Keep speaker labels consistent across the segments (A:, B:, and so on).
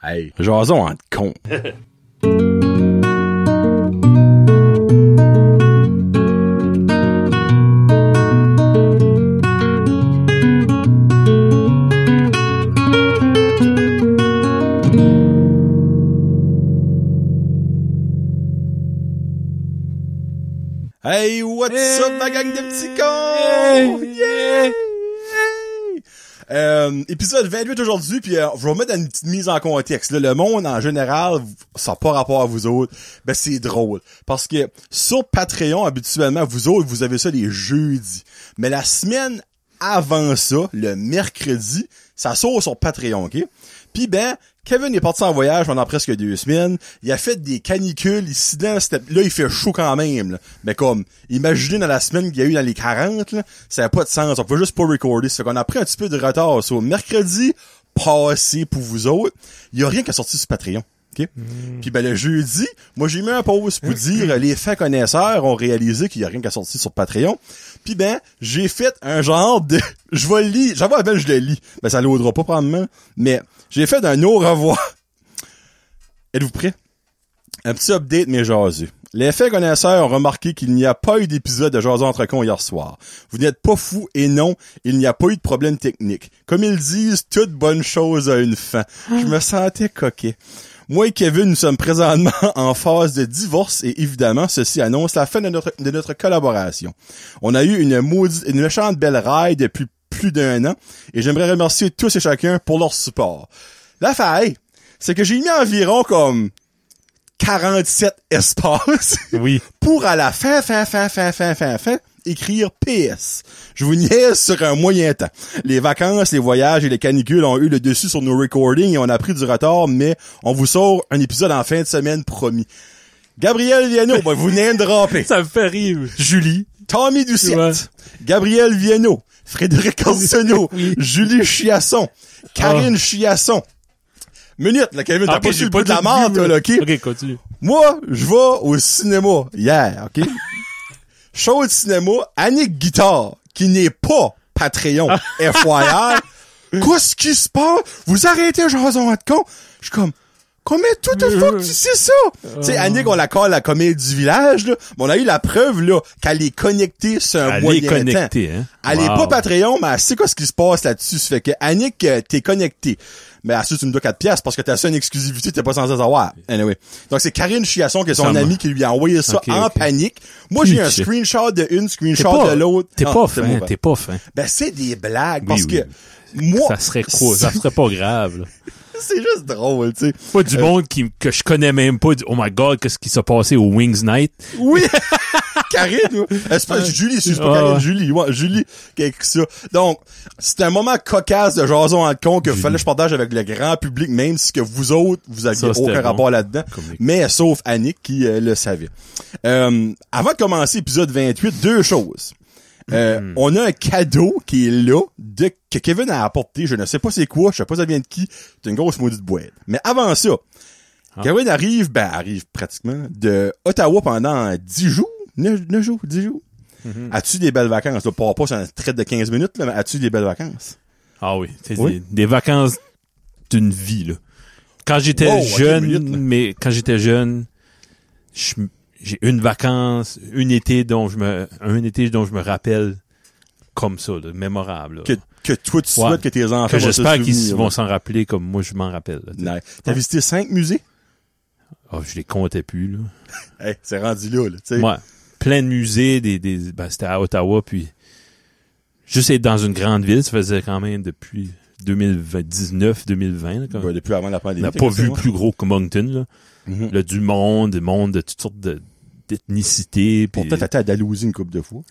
A: Hey, jason en con. Hey, what's up, ma gang de petits cons? Yeah! Euh, épisode 28 aujourd'hui, puis euh, je vais remettre une petite mise en contexte. là. le monde, en général, v- ça n'a pas rapport à vous autres, ben c'est drôle. Parce que sur Patreon, habituellement, vous autres, vous avez ça les jeudis. Mais la semaine avant ça, le mercredi, ça sort sur Patreon, OK? Puis ben, Kevin est parti en voyage pendant presque deux semaines. Il a fait des canicules ici dans cette- Là, il fait chaud quand même. là. Mais comme, imaginez dans la semaine qu'il y a eu dans les 40, là, ça n'a pas de sens. On peut juste pas recorder. Ça fait qu'on a pris un petit peu de retard. So, mercredi, passé pour vous autres. Il y a rien qui est sorti sur Patreon. OK? Puis ben le jeudi, moi j'ai mis un pause pour dire euh, les fins connaisseurs ont réalisé qu'il y a rien qu'à sortir sur Patreon. Puis ben j'ai fait un genre de je vais le lire, j'avoue à peine je le lis. Ben ça l'audra pas probablement, mais j'ai fait un au revoir. Êtes-vous prêts Un petit update mes jaseux. Les faits connaisseurs ont remarqué qu'il n'y a pas eu d'épisode de Jason entre cons hier soir. Vous n'êtes pas fous et non, il n'y a pas eu de problème technique. Comme ils disent, toute bonne chose a une fin. Je me sentais coquet. Moi et Kevin, nous sommes présentement en phase de divorce et évidemment, ceci annonce la fin de notre, de notre collaboration. On a eu une maudite, une méchante belle raille depuis plus d'un an et j'aimerais remercier tous et chacun pour leur support. La faille, c'est que j'ai mis environ comme 47 espaces
B: Oui.
A: pour à la fin, fin, fin, fin, fin, fin, fin, écrire PS. Je vous niaise sur un moyen temps. Les vacances, les voyages et les canicules ont eu le dessus sur nos recordings et on a pris du retard, mais on vous sort un épisode en fin de semaine promis. Gabriel Viano, ben vous n'aimez de ramper.
B: Ça me fait rire.
A: Julie, Tommy Doucette,
B: Ouais.
A: Gabriel Viano, Frédéric Arsenault, Julie Chiasson, Karine Chiasson. Minute, là, Kevin, t'as
B: Ah. Ok,
A: pas
B: j'ai
A: su le bout de la
B: tout
A: mort,
B: vu,
A: toi, là, ok?
B: Ok, continue.
A: Moi, je vais au cinéma hier, OK? Show de cinéma, Annick Guitard, qui n'est pas Patreon, FYI. Qu'est-ce qui se passe? Vous arrêtez, Jason Atcon? Je suis comme, comment tout
B: Euh,
A: the fuck tu sais ça? Tu sais, Annick, on la colle à la comédie du village, là. Mais on a eu la preuve, là, qu'elle est connectée sur un
B: Elle
A: moyen
B: est
A: temps.
B: connectée, hein?
A: Elle est
B: Wow.
A: pas Patreon, mais elle sait quoi ce qui se passe là-dessus. Ça fait que, Annick, euh, t'es connecté. Mais à ça, tu me dois 4 piastres parce que t'as ça une exclusivité, t'es pas censé savoir. Anyway. Donc, c'est Karine Chiasson, qui est son
B: Ça me-
A: amie, qui lui a envoyé ça
B: Ok,
A: en
B: ok.
A: panique. Moi, j'ai un
B: Putain.
A: screenshot de une,
B: T'es
A: screenshot
B: pas,
A: de l'autre.
B: t'es
A: Non,
B: pas
A: c'est
B: fin,
A: mauvais.
B: t'es pas fin.
A: Ben, c'est des blagues,
B: Oui,
A: parce
B: oui.
A: que, moi.
B: Ça serait quoi? Ça
A: c'est-
B: serait pas grave, là. Euh,
A: C'est juste drôle, tu sais.
B: Pas du monde qui, que je connais même pas. Du, oh my god, qu'est-ce qui s'est passé au Wings Night?
A: Oui! Karine, oui. Est-ce que Julie, si c'est pas
B: Ah,
A: Karine,
B: ouais.
A: Julie, ouais, Julie, qui a écrit ça. Donc, c'est un moment cocasse de Jason Alcon que fallait que je partage avec le grand public, même si que vous autres, vous aviez
B: Ça, c'était
A: aucun
B: bon.
A: rapport là-dedans.
B: Comme les-
A: Mais sauf Annick qui euh, le savait. Euh, avant de commencer épisode 28, deux choses. Euh,
B: Mm-hmm.
A: On a un cadeau qui est là de, que Kevin a apporté. Je ne sais pas c'est quoi, je sais pas ça vient de qui. C'est une grosse maudite boîte. Mais avant ça,
B: Ah.
A: Kevin arrive, ben arrive pratiquement, de Ottawa pendant 10 jours, 9, jours, 10 jours.
B: Mm-hmm.
A: As-tu des belles vacances? Là, pars pas sur un trait de 15 minutes, là, mais as-tu des belles vacances?
B: Ah oui. c'est
A: Oui.
B: Des, des vacances d'une vie, là. Quand j'étais
A: Wow, ok,
B: jeune,
A: minute, là.
B: mais quand j'étais jeune, je m- j'ai une vacance, une été dont je me, un été dont je me rappelle comme ça, là, mémorable. là.
A: Que, que toi, tu
B: Ouais.
A: souhaites que tes enfants
B: que
A: vont se Mm.
B: j'espère qu'ils
A: souvenir,
B: vont
A: là.
B: s'en rappeler comme moi je m'en rappelle. là, tu sais.
A: Ouais. T'as visité 5 musées?
B: Oh, je les comptais plus là.
A: Hey, c'est rendu là, là, tu sais.
B: Ouais. Plein de musées, des, des ben, c'était à Ottawa puis juste être dans une grande ville, ça faisait quand même depuis 2019, 2020 là, quand-
A: Ben, depuis avant la
B: On
A: pandémie.
B: n'a
A: t'as
B: pas
A: fait ça,
B: vu
A: moi.
B: plus gros que Moncton là.
A: Mhm.
B: Là, du monde, des mondes de toutes sortes de- d'ethnicités puis
A: Pourtant, t'as été à Dalhousie une couple de fois.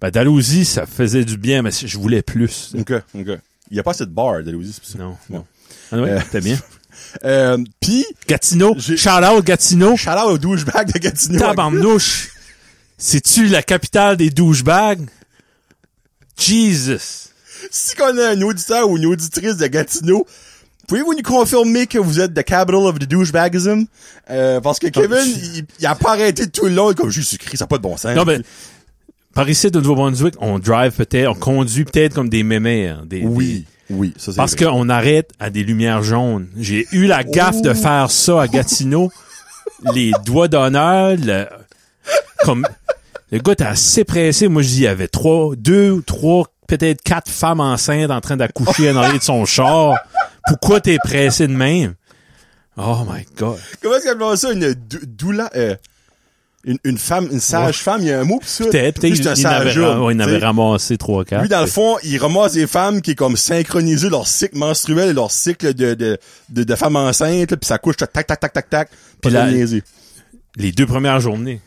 B: ben, Dalhousie, ça faisait du bien mais je voulais plus.
A: OK, OK. Il y a pas assez de bar à Dalhousie, c'est pour ça.
B: Non.
A: Mm. Non.
B: Non. Ah ouais,
A: Euh,
B: t'as bien.
A: Euh, pis,
B: Gatineau,
A: J'ai-
B: shout out Gatineau.
A: shout out au douchebag de Gatineau.
B: Tabarnouche! C'est-tu la capitale des douchebags? Jesus!
A: Si qu'on a un auditeur ou une auditrice de Gatineau, pouvez-vous nous confirmer que vous êtes the capital of the douchebagism? Euh, parce que Kevin,
B: Ah, je-
A: il, il a pas arrêté tout le long, comme Jésus-Christ, ça n'a pas de bon sens.
B: Non, mais par ici, de Nouveau-Brunswick, on drive peut-être, on conduit peut-être comme des mémères. Des,
A: Oui. Oui, ça c'est
B: Parce
A: vrai.
B: qu'on arrête à des lumières jaunes. J'ai eu la gaffe de faire ça à Gatineau. les doigts d'honneur, le, comme, le gars était assez pressé. Moi, je dis, il y avait trois, deux ou trois, peut-être quatre femmes enceintes en train d'accoucher en arrière de son char. Pourquoi t'es pressé de même? Oh my god.
A: Comment est-ce qu'on appelle ça? Une dou- doula... euh, une, une femme, une sage femme, il y a un mot pour ça.
B: Peut-être, peut-être,
A: Lui,
B: il,
A: c'est un
B: il en avait,
A: sage homme,
B: ouais, il en
A: tu
B: avait
A: sais.
B: ramassé trois, quatre.
A: Lui, dans le fond, il ramasse des femmes qui est comme synchronisé leur cycle menstruel et leur cycle de, de, de, de femmes enceintes, là, puis ça couche tac, tac, tac, tac, tac, puis
B: là,
A: là, niaiser.
B: les deux premières journées.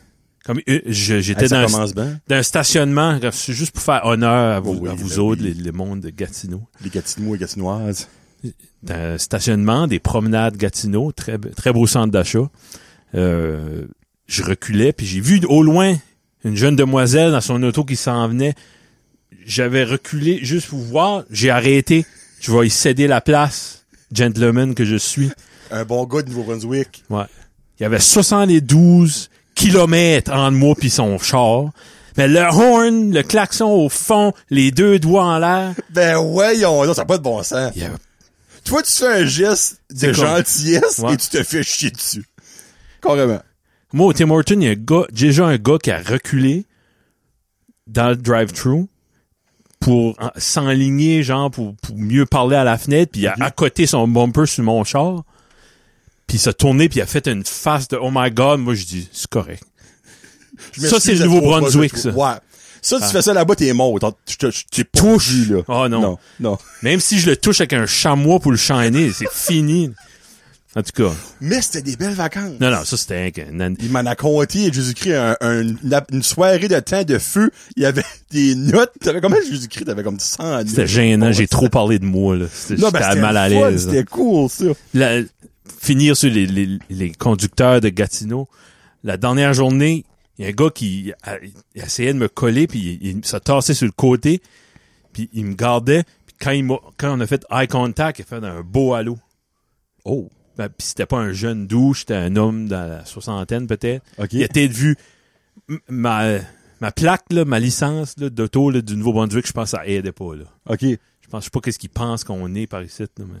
B: Comme, euh, je- j'étais
A: Hey, ça
B: dans un
A: commence bien.
B: d'un stationnement, comme, c'est juste pour faire honneur à vous,
A: Oh oui,
B: à vous
A: ben
B: autres,
A: oui.
B: les, les mondes de Gatineau.
A: Les Gatinois et Gatinoises.
B: D'un stationnement, des promenades Gatineau, très, be- très beau centre d'achat. Euh, je reculais, puis j'ai vu au loin une jeune demoiselle dans son auto qui s'en venait. J'avais reculé juste pour voir, j'ai arrêté. Je vais y céder la place, gentleman que je suis.
A: Un bon gars de Nouveau-Brunswick.
B: Ouais. Il y avait 72 kilomètres entre moi puis son char. Mais le horn, le klaxon au fond, les deux doigts en l'air.
A: Ben ouais, on, ça n'a pas de bon sens.
B: Il y avait-
A: Toi, tu fais un geste de
B: C'est comme-
A: gentillesse
B: Ouais.
A: et tu te fais chier dessus. Carrément.
B: Moi, au Tim Horton, il y a un gars, déjà un gars qui a reculé dans le drive-thru pour en- s'enligner, genre, pour, pour mieux parler à la fenêtre, puis il a accoté son bumper sur mon char, puis il s'est tourné, puis il a fait une face de « Oh my God! » Moi, je dis « C'est correct. »
A: Je
B: Ça,
A: m'excuse,
B: c'est le
A: la
B: Nouveau-Brunswick,
A: fois, je-
B: ça. Ah.
A: Ouais. Ça, tu fais ça là-bas, t'es mort. T'en- Tu te- tu t'es pas
B: Touche.
A: vu, là.
B: Oh, non.
A: Non, non.
B: Même si je le touche avec un chamois pour le chaîner, c'est fini. En tout cas,
A: Mais c'était des belles vacances.
B: non, non, ça c'était un- un...
A: Il m'en a compté, Jésus-Christ, un- un- une, une soirée de temps de feu. Il y avait des notes. T'avais comment Jésus-Christ? T'avais comme 100 notes.
B: C'était gênant, j'ai trop parlé de moi, là. C'était-
A: Non, ben,
B: J'étais
A: c'était
B: mal à
A: le fun,
B: l'aise.
A: C'était cool, ça.
B: La- finir sur les, les, les conducteurs de Gatineau. La dernière journée, il y a un gars qui a- il essayait de me coller, puis il, il se tassait sur le côté, puis il me gardait. Puis quand, il m'a- quand on a fait eye contact, il a fait un beau halo.
A: Oh.
B: Ben, puis c'était pas un jeune douche, c'était un homme dans la soixantaine peut-être.
A: OK.
B: Il était de vue. M- ma, ma plaque, là, ma licence là, d'auto là, du Nouveau-Brunswick, je pense que ça aidait pas. Là.
A: OK.
B: Je pense je sais pas qu'est-ce qu'il pense qu'on est par ici. là, mais...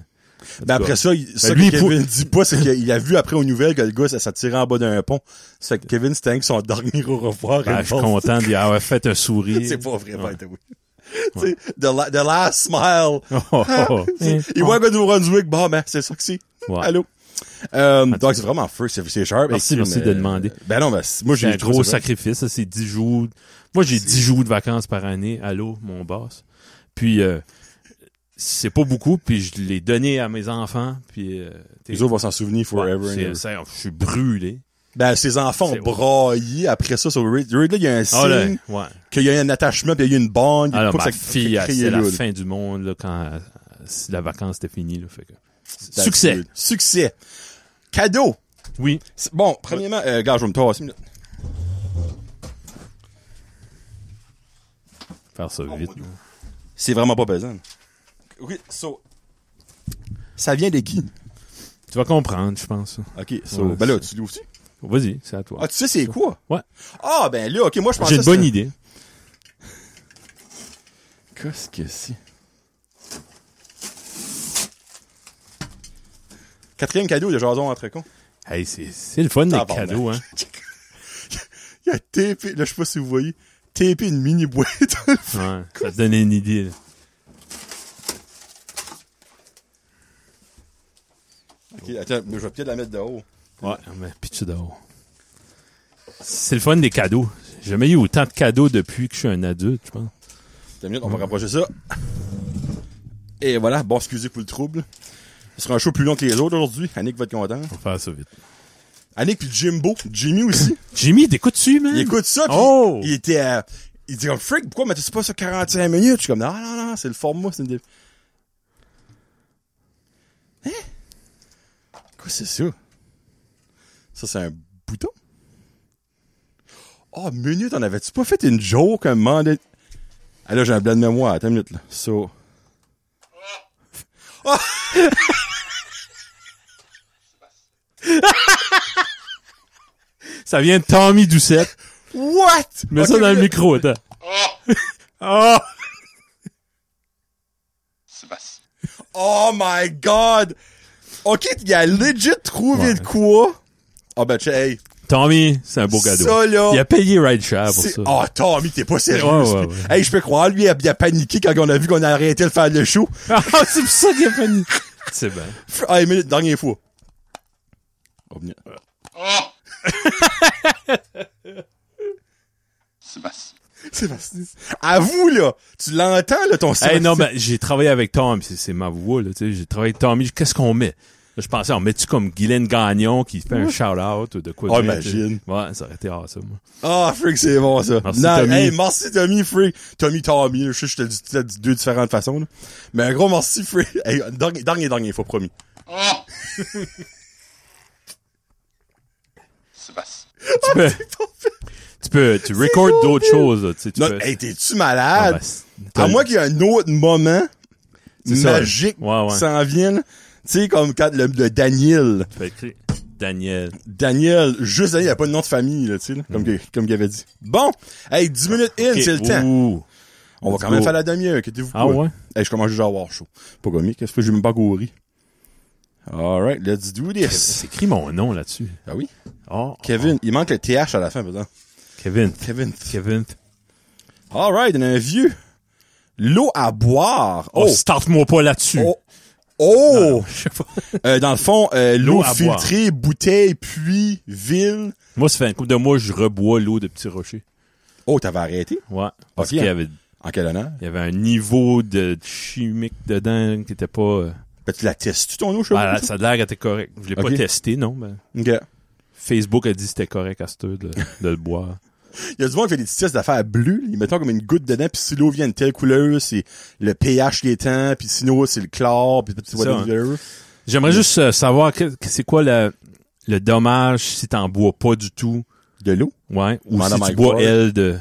A: Ben après ça, il- ça
B: lui,
A: que
B: il pou-
A: Kevin dit pas, c'est qu'il a vu après aux nouvelles que le gars, ça s'attirait en bas d'un pont. C'est que Kevin, c'était un que son dernier au revoir.
B: Ben,
A: et
B: je suis
A: bon,
B: content d'y avoir fait un sourire.
A: C'est pas vrai, by the way.
B: Ouais.
A: T'sais, The, la- the last smile.
B: Oh, oh, oh.
A: C'est- Il voit un gars de Brunswick, bon, ben, c'est ça que c'est.
B: Ouais.
A: Allô? Euh, donc, c'est vraiment first, c'est- c'est sharp.
B: Merci,
A: Et-
B: merci
A: mais-
B: de demander.
A: Ben non, ben, c'est- moi,
B: C'est
A: j'ai
B: un gros
A: sac.
B: sacrifice, ça, c'est 10 jours. Moi, j'ai 10 jours de vacances par année. Allô, mon boss. Puis, euh, c'est pas beaucoup, puis je l'ai donné à mes enfants. Puis, euh, t'es-
A: Les autres vont s'en souvenir
B: Ouais,
A: forever. and
B: c'est-
A: ever.
B: c'est- Je suis brûlé.
A: Ben, ses enfants ont
B: C'est-
A: braillé après ça sur Raid. Raid, là, il y a un
B: Ah là,
A: signe
B: ouais.
A: qu'il y a eu un attachement, puis il y a eu une bande. il
B: Alors,
A: faut
B: Ah ma
A: que ça
B: fille,
A: crée-
B: elle,
A: crée
B: c'est la
A: là.
B: fin du monde là, quand euh, si la vacance était finie. Là, fait que...
A: That's
B: Succès.
A: good. Succès. Cadeau.
B: Oui.
A: C'est- Bon, premièrement, euh, gars, je vais me tasser. une minute.
B: Faire ça vite.
A: mon
B: là.
A: C'est vraiment pas pesant. Oui, so. Ça vient de qui?
B: Tu vas comprendre, je pense.
A: Ok, so.
B: Ouais,
A: ben là,
B: c'est-
A: tu l'ouvres aussi?
B: Vas-y, c'est à toi.
A: Ah, tu sais, c'est quoi?
B: Ouais.
A: Ah, ben là, ok, moi, je pensais.
B: J'ai une bonne
A: que
B: idée.
A: c'était- Qu'est-ce que c'est? Quatrième cadeau de Jason entre cons.
B: Hey, c'est c'est le fun des
A: Tabarnak.
B: cadeaux, hein.
A: Il a TP, là, je sais pas si vous voyez, TP une mini boîte.
B: Ouais, ça te donne une idée. là.
A: ok, attends, mais je vais peut-être la mettre de haut.
B: Ouais, Ah, mais pitch dehors. C'est le fun des cadeaux. J'ai jamais eu autant de cadeaux depuis que je suis un adulte, je pense.
A: Deux minutes, on va rapprocher ça. Et voilà, bon, excusez pour le trouble. Ce sera un show plus long que les autres aujourd'hui. Annick va être contente.
B: On va faire ça vite.
A: Annick puis Jimbo, Jimmy aussi.
B: Jimmy, t'écoutes-tu, man?
A: il écoute ça puis
B: Oh!
A: il était euh, il dit comme freak pourquoi mais tu pas ça 45 minutes je suis comme non non non c'est le format c'est une dé- hein quoi c'est ça ça c'est un bouton oh minute on avait-tu pas fait une joke un moment donné? ah là j'ai un blanc de mémoire attends une minute là so
B: Ça vient de Tommy Doucette.
A: what
B: Mets
A: Ok, Ah!
B: ça dans le Ah!
A: minute.
B: micro, attends. Oh!
C: Sébastien.
A: Oh my god! Ok, il a legit trouvé
B: Ouais.
A: de quoi? Ah ben, tu sais, hey,
B: Tommy, c'est un beau cadeau.
A: Ça, là.
B: il a payé Rideshare pour
A: c'est-
B: ça.
A: Oh, Tommy, t'es pas sérieux.
B: Ouais, ouais,
A: lui.
B: ouais.
A: Hey, je peux croire, lui, il a, il a paniqué quand on a vu qu'on a arrêté de faire le show.
B: Ah, c'est pour ça qu'il a payé. C'est bien.
A: F- Ah, mais dernière fois. Oh, venez.
C: Sébastien.
A: Sébastien. Avoue, là. Tu l'entends, là, ton
B: Hey,
A: Sébastien.
B: non, ben, j'ai travaillé avec Tom, c'est, c'est ma voix, là, tu sais, j'ai travaillé avec Tommy, qu'est-ce qu'on met? Là, je pensais, on met-tu comme Guylaine Gagnon qui fait un shout-out ou de quoi?
A: Oh,
B: de même, tu sais.
A: imagine.
B: Ouais, ça aurait été awesome. moi.
A: Ah, Freak, c'est bon, ça.
B: Merci,
A: Non,
B: Tommy.
A: Hey, merci, Tommy, Freak. Tommy, Tommy, là, je sais, je te le dis de deux différentes façons, là. Mais un gros merci, Freak. Hey, dernier, dernier, dernier, fois, promis.
C: Sébastien.
B: Tu peux, tu peux, tu recordes d'autres choses, là, tu sais, tu
A: Non,
B: peux-
A: hey, t'es-tu
B: Ah,
A: malade?
B: ben, c'est-
A: à moins qu'il y ait un autre moment
B: C'est ça.
A: magique
B: Ouais, ouais.
A: qui s'en vienne. Tu sais, comme quand le, le Daniel.
B: tu peux écrire Daniel.
A: Daniel, juste Daniel, il n'y a pas de nom de famille, là, tu sais, là, comme, que- comme il avait dit. Bon, hey, 10 minutes in,
B: Mm. Ok,
A: c'est le temps.
B: ouh.
A: On va
B: Let's
A: quand même
B: go.
A: faire la demi-heure, inquiétez-vous
B: Ah
A: pas.
B: ouais?
A: Hey, je commence juste à avoir chaud. Pas comique, qu'est-ce que j'ai même pas gourri? Alright, let's do this.
B: C'est écrit mon nom là-dessus.
A: Ah oui?
B: Oh,
A: Kevin, il manque le TH à la fin, pardon.
B: oh, Kevin.
A: Kevin.
B: Kevin.
A: Alright, on a un vieux. L'eau à boire.
B: Oh,
A: Oh!
B: starte-moi pas là-dessus.
A: Oh! Oh!
B: Je sais pas.
A: Euh, dans le fond, euh, l'eau
B: L'eau à
A: filtrée, bouteille, puits, ville.
B: Moi, ça fait un coup de mois, je rebois l'eau de Petit Rocher.
A: Oh, t'avais arrêté?
B: Ouais. Parce
A: Ok.
B: qu'il y avait,
A: En quel honneur?
B: il y avait un niveau de chimique dedans qui était pas, euh,
A: Ben, tu la testes-tu ton eau, je sais
B: Ah,
A: pas?
B: ça a l'air qu'elle était correcte. Je l'ai
A: Ok.
B: pas testé, non, mais
A: Ok.
B: Facebook a dit que c'était correct à ce heure de, de le boire.
A: Il y a du monde qui fait des petits tests d'affaires bleues. Ils mettent comme une goutte dedans, puis si l'eau vient de telle couleur, c'est le pH qui est temps, puis sinon, c'est le chlore, puis tu vois
B: ça, hein.
A: whatever. Mm.
B: J'aimerais juste euh, savoir que, que c'est quoi le, le dommage si t'en bois pas du tout.
A: De l'eau?
B: Ouais. Ou
A: Madame
B: si tu
A: Mike
B: bois
A: Ward.
B: elle de.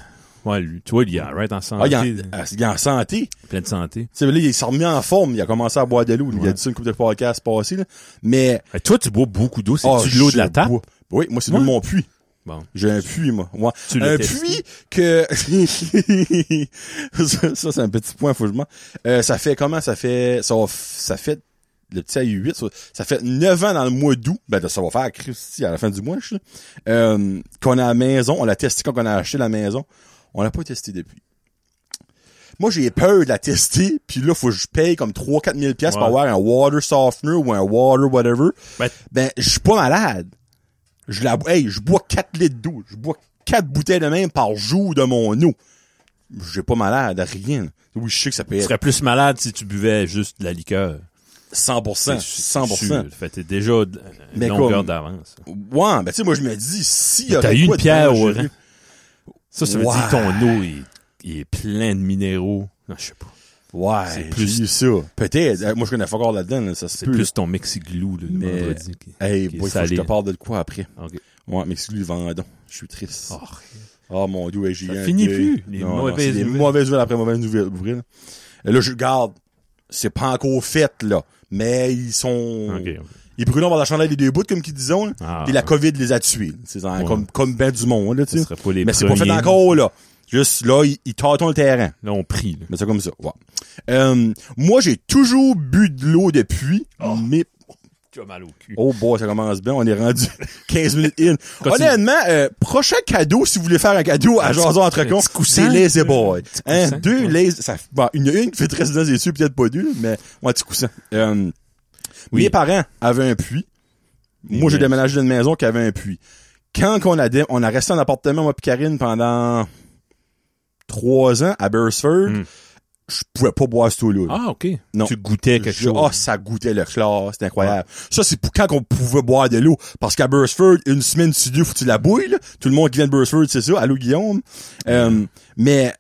B: Ouais, lui, tu vois, il y a right en santé.
A: Ah, il est en, ah, il est en santé. Tu
B: Plein de santé.
A: sais, là, il s'est remis en forme. Il a commencé à boire de l'eau. Il a
B: Ouais.
A: dit ça une coupe de podcast passée, là. Mais,
B: Euh, toi, tu bois beaucoup d'eau. C'est-tu
A: oh,
B: de l'eau de la
A: je
B: tape?
A: bois. Oui, moi, c'est de l'eau de
B: Ouais.
A: mon puits.
B: Bon.
A: J'ai un puits, moi. Moi,
B: Tu l'as
A: un
B: testé.
A: puits Euh, que... ça, ça, c'est un petit point, faut que je m'en- Euh, ça fait comment? Ça fait... Ça, va f- ça fait... Le petit AU8, ça, ça fait 9 ans dans le mois d'août. Ben, ça va faire Christy à la fin du mois, je sais. Euh, qu'on a à la maison. On l'a testé quand on a acheté la maison. On l'a pas testé depuis. Moi, j'ai peur de la tester. Puis là, faut que je paye comme 3-4 000 pièces pour
B: Ouais.
A: avoir un water softener ou un water whatever.
B: Ben,
A: Ben, je suis pas malade. Je la bo- hey, je bois 4 litres d'eau. Je bois 4 bouteilles de même par jour de mon eau. J'ai pas malade, rien. Oui, je sais que ça peut
B: tu
A: être
B: serais plus malade si tu buvais juste de la liqueur.
A: 100%,
B: C'est
A: 100%.
B: sûr. Fait que t'es déjà d- une
A: Mais
B: longueur
A: comme-
B: d'avance.
A: Ouais, ben tu sais, moi je me dis, si y
B: T'as
A: aurait
B: eu
A: quoi
B: une
A: de
B: pierre
A: dangereux-
B: au rein. Ça, ça veut
A: Ouais.
B: dire que ton eau est, il est plein de minéraux. Non, je sais pas. C'est
A: Ouais,
B: plus-
A: j'ai eu ça. Peut-être. Euh, Moi je connais pas encore là-dedans, là, ça se
B: C'est
A: peut,
B: plus ton mexiglou, là, le
A: Mais-
B: vendredi. Qui,
A: là. Hey,
B: qui
A: boy,
B: est
A: faut que je
B: salé.
A: te parle de quoi après.
B: Ok.
A: Ouais, mais c'est lui le vendon. Je suis triste.
B: Oh,
A: Oh mon dieu, ouais, j'ai
B: Ça
A: eu un
B: finit
A: deuil.
B: plus, les
A: Non, non,
B: mauvaises
A: c'est des
B: nouvelles.
A: mauvaises nouvelles après mauvaises nouvelles. pour vrai, là. Et là, je garde. C'est pas encore fait, là. Mais ils sont...
B: ok.
A: Ils brûlent par la chandelle des deux bouts, comme qu'ils disons. là.
B: Ah.
A: Puis la COVID les a tués. là. C'est genre
B: Ouais.
A: comme, comme ben du monde, là, tu
B: Ce
A: sais.
B: serait pas les
A: Mais c'est pas fait
B: premiers.
A: encore, là. Juste, là, ils, ils tâtonnent le terrain.
B: Là, on prie. là.
A: Mais c'est comme ça, ouais. Euh, moi, j'ai toujours bu de l'eau depuis, mais...
B: Tu as mal au cul.
A: Oh boy, ça commence bien. On est rendu 15 minutes in.
B: Continue.
A: Honnêtement, euh, prochain cadeau, si vous voulez faire un cadeau à
B: Un
A: Jason
B: petit-
A: entre cons,
B: un petit coussin.
A: c'est Lazy Boy. Un,
B: coussin,
A: deux,
B: ouais.
A: Lazy... Ça, bon, une, une qui fait très dans les yeux, peut-être pas deux, mais ouais, un petit coussin. Euh,
B: Oui.
A: Mes parents avaient un puits. Moi, j'ai
B: bien.
A: déménagé d'une maison qui avait un puits. Quand qu'on a, dé- on a resté en appartement, moi pis Karine, pendant trois ans à Beresford,
B: Mm.
A: je pouvais pas boire cette eau-là. là.
B: Ah, ok.
A: Non.
B: Tu goûtais quelque
A: Je-
B: chose.
A: Ah, ça goûtait le chlore, c'était incroyable. Ça, c'est pour quand qu'on pouvait boire de l'eau. Parce qu'à Burstford, une semaine sur deux, faut que tu la bouilles, là. Tout le monde qui vient de Burstford, c'est ça. Allô, Guillaume. Euh, mais,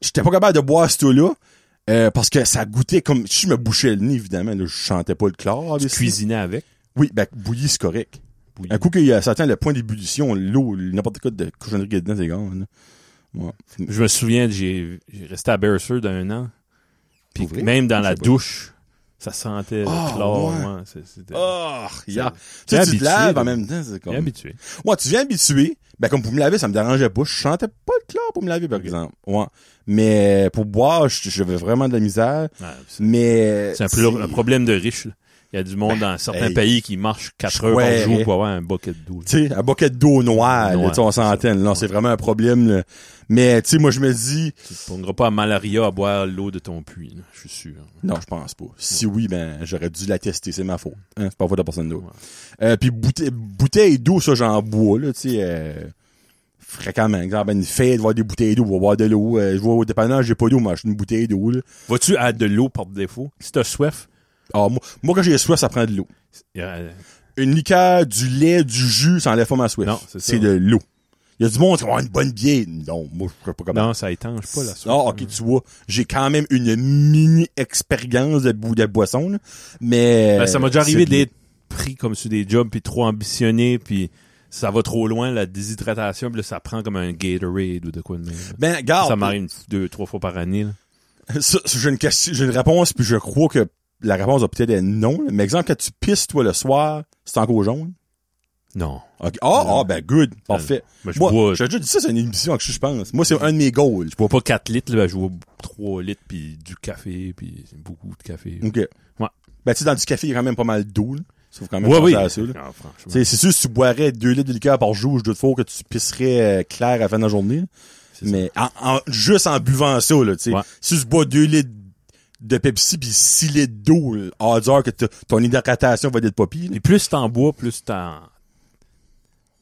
A: j'étais pas capable de boire cette eau-là. euh, parce que ça goûtait comme, je me bouchais le nez, évidemment, là, je chantais pas le chlore.
B: tu
A: ici.
B: cuisinais avec.
A: Oui, ben, bouillie, c'est correct.
B: Bouillie.
A: Un coup qu'il y a, ça atteint le point d'ébullition, l'eau, n'importe quoi de cochonnerie qu'il y a dedans, c'est grand, là. Ouais.
B: Je me souviens, j'ai j'ai resté à Beresford un an. Puis
A: Pour vrai?
B: même dans
A: Je
B: la
A: sais pas.
B: douche, Ça sentait le
A: Ah,
B: chlore,
A: ouais.
B: ouais, c'est- c'était-
A: Oh, yeah. Tu
B: t'es
A: sais, tu te
B: Ah, habitué,
A: laves
B: là.
A: en même temps, c'est
B: T'es
A: comme...
B: habitué.
A: Moi, tu viens habitué. Ben, comme pour me laver, ça me dérangeait pas. Je chantais pas le chlore pour me laver, par
B: Ok.
A: exemple. Ouais. Mais pour boire, je- j'avais vraiment de la misère.
B: Ouais, c'est
A: Mais...
B: c'est un, peu un problème de riche. là. Il y a du monde dans certains
A: Ben, hey.
B: pays qui marche
A: Je
B: 4 heures par
A: croirais.
B: jour pour avoir un bucket d'eau. là.
A: tu sais, un bucket d'eau noire, là,
B: Noire,
A: tu sais, on s'entend. Non, c'est vraiment un problème. là. Mais, tu sais, moi, je me dis...
B: Tu ne prendras pas à malaria à boire l'eau de ton puits, là, je suis sûr.
A: Non, je pense pas. Si oui, ben j'aurais dû la tester, c'est ma faute. Hein, c'est pas la faute de la personne d'autre.
B: Ouais.
A: Euh, puis bouteille, bouteille d'eau, ça j'en bois là, tu sais. euh, fréquemment, exemple, une fête, voir des bouteilles d'eau, on va boire de l'eau. Euh, je vois au dépanneur, j'ai pas d'eau, moi, j'ai une bouteille d'eau. là.
B: Vas-tu à de l'eau par défaut? Si t'as soif,
A: Alors, Ah, moi, moi, quand j'ai soif, ça prend de l'eau.
B: il y a-
A: Ah Une liqueur, du lait, du jus, ça enlève pas ma soif.
B: Non, c'est ça.
A: C'est de l'eau. Il y a du monde qui va une bonne bière. Non, moi, je serais pas comme
B: non, ça étanche pas la hein. soif.
A: ben. Ah, ok, tu vois, j'ai quand même une mini-expérience de, bou- de boisson, là. mais...
B: Ben, ça m'a déjà
A: c'est
B: arrivé
A: de l'eau.
B: d'être pris comme sur des jobs puis trop ambitionné puis ça va trop loin la déshydratation puis là, ça prend comme un Gatorade ou de quoi de même.
A: Ben, garde.
B: ça m'arrive une- deux trois fois par année. là.
A: Ça, ça, j'ai une question, j'ai une réponse, puis je crois que la réponse va peut-être être non. là. Mais exemple, quand tu pisses, toi, le soir, c'est encore jaune.
B: Non.
A: Ok. Ah, ah, ben, good. Parfait.
B: Ben, je
A: Moi,
B: bois-
A: j'ai déjà dit ça, c'est une émission que je pense. Moi, c'est un de mes goals.
B: Je bois pas 4 litres là, ben, je bois 3 litres puis du café puis beaucoup de café.
A: OK.
B: Ouais.
A: Ben, tu sais, dans du café, il y a quand même pas mal d'eau, là. Sauf quand même
B: Ouais,
A: penser
B: oui.
A: à ça, là.
B: Ah, franchement.
A: Tu sais, c'est sûr, si tu boirais 2 litres de liqueur par jour, je doute fort que tu pisserais euh, clair à la fin de la journée. là.
B: C'est ça.
A: Mais en, en- juste en buvant ça, là, tu sais.
B: Ouais.
A: Si tu bois 2 litres de Pepsi puis 6 litres d'eau, là, odds are que t- ton hydratation va être pas pire, là.
B: Et plus t'en bois, plus t'en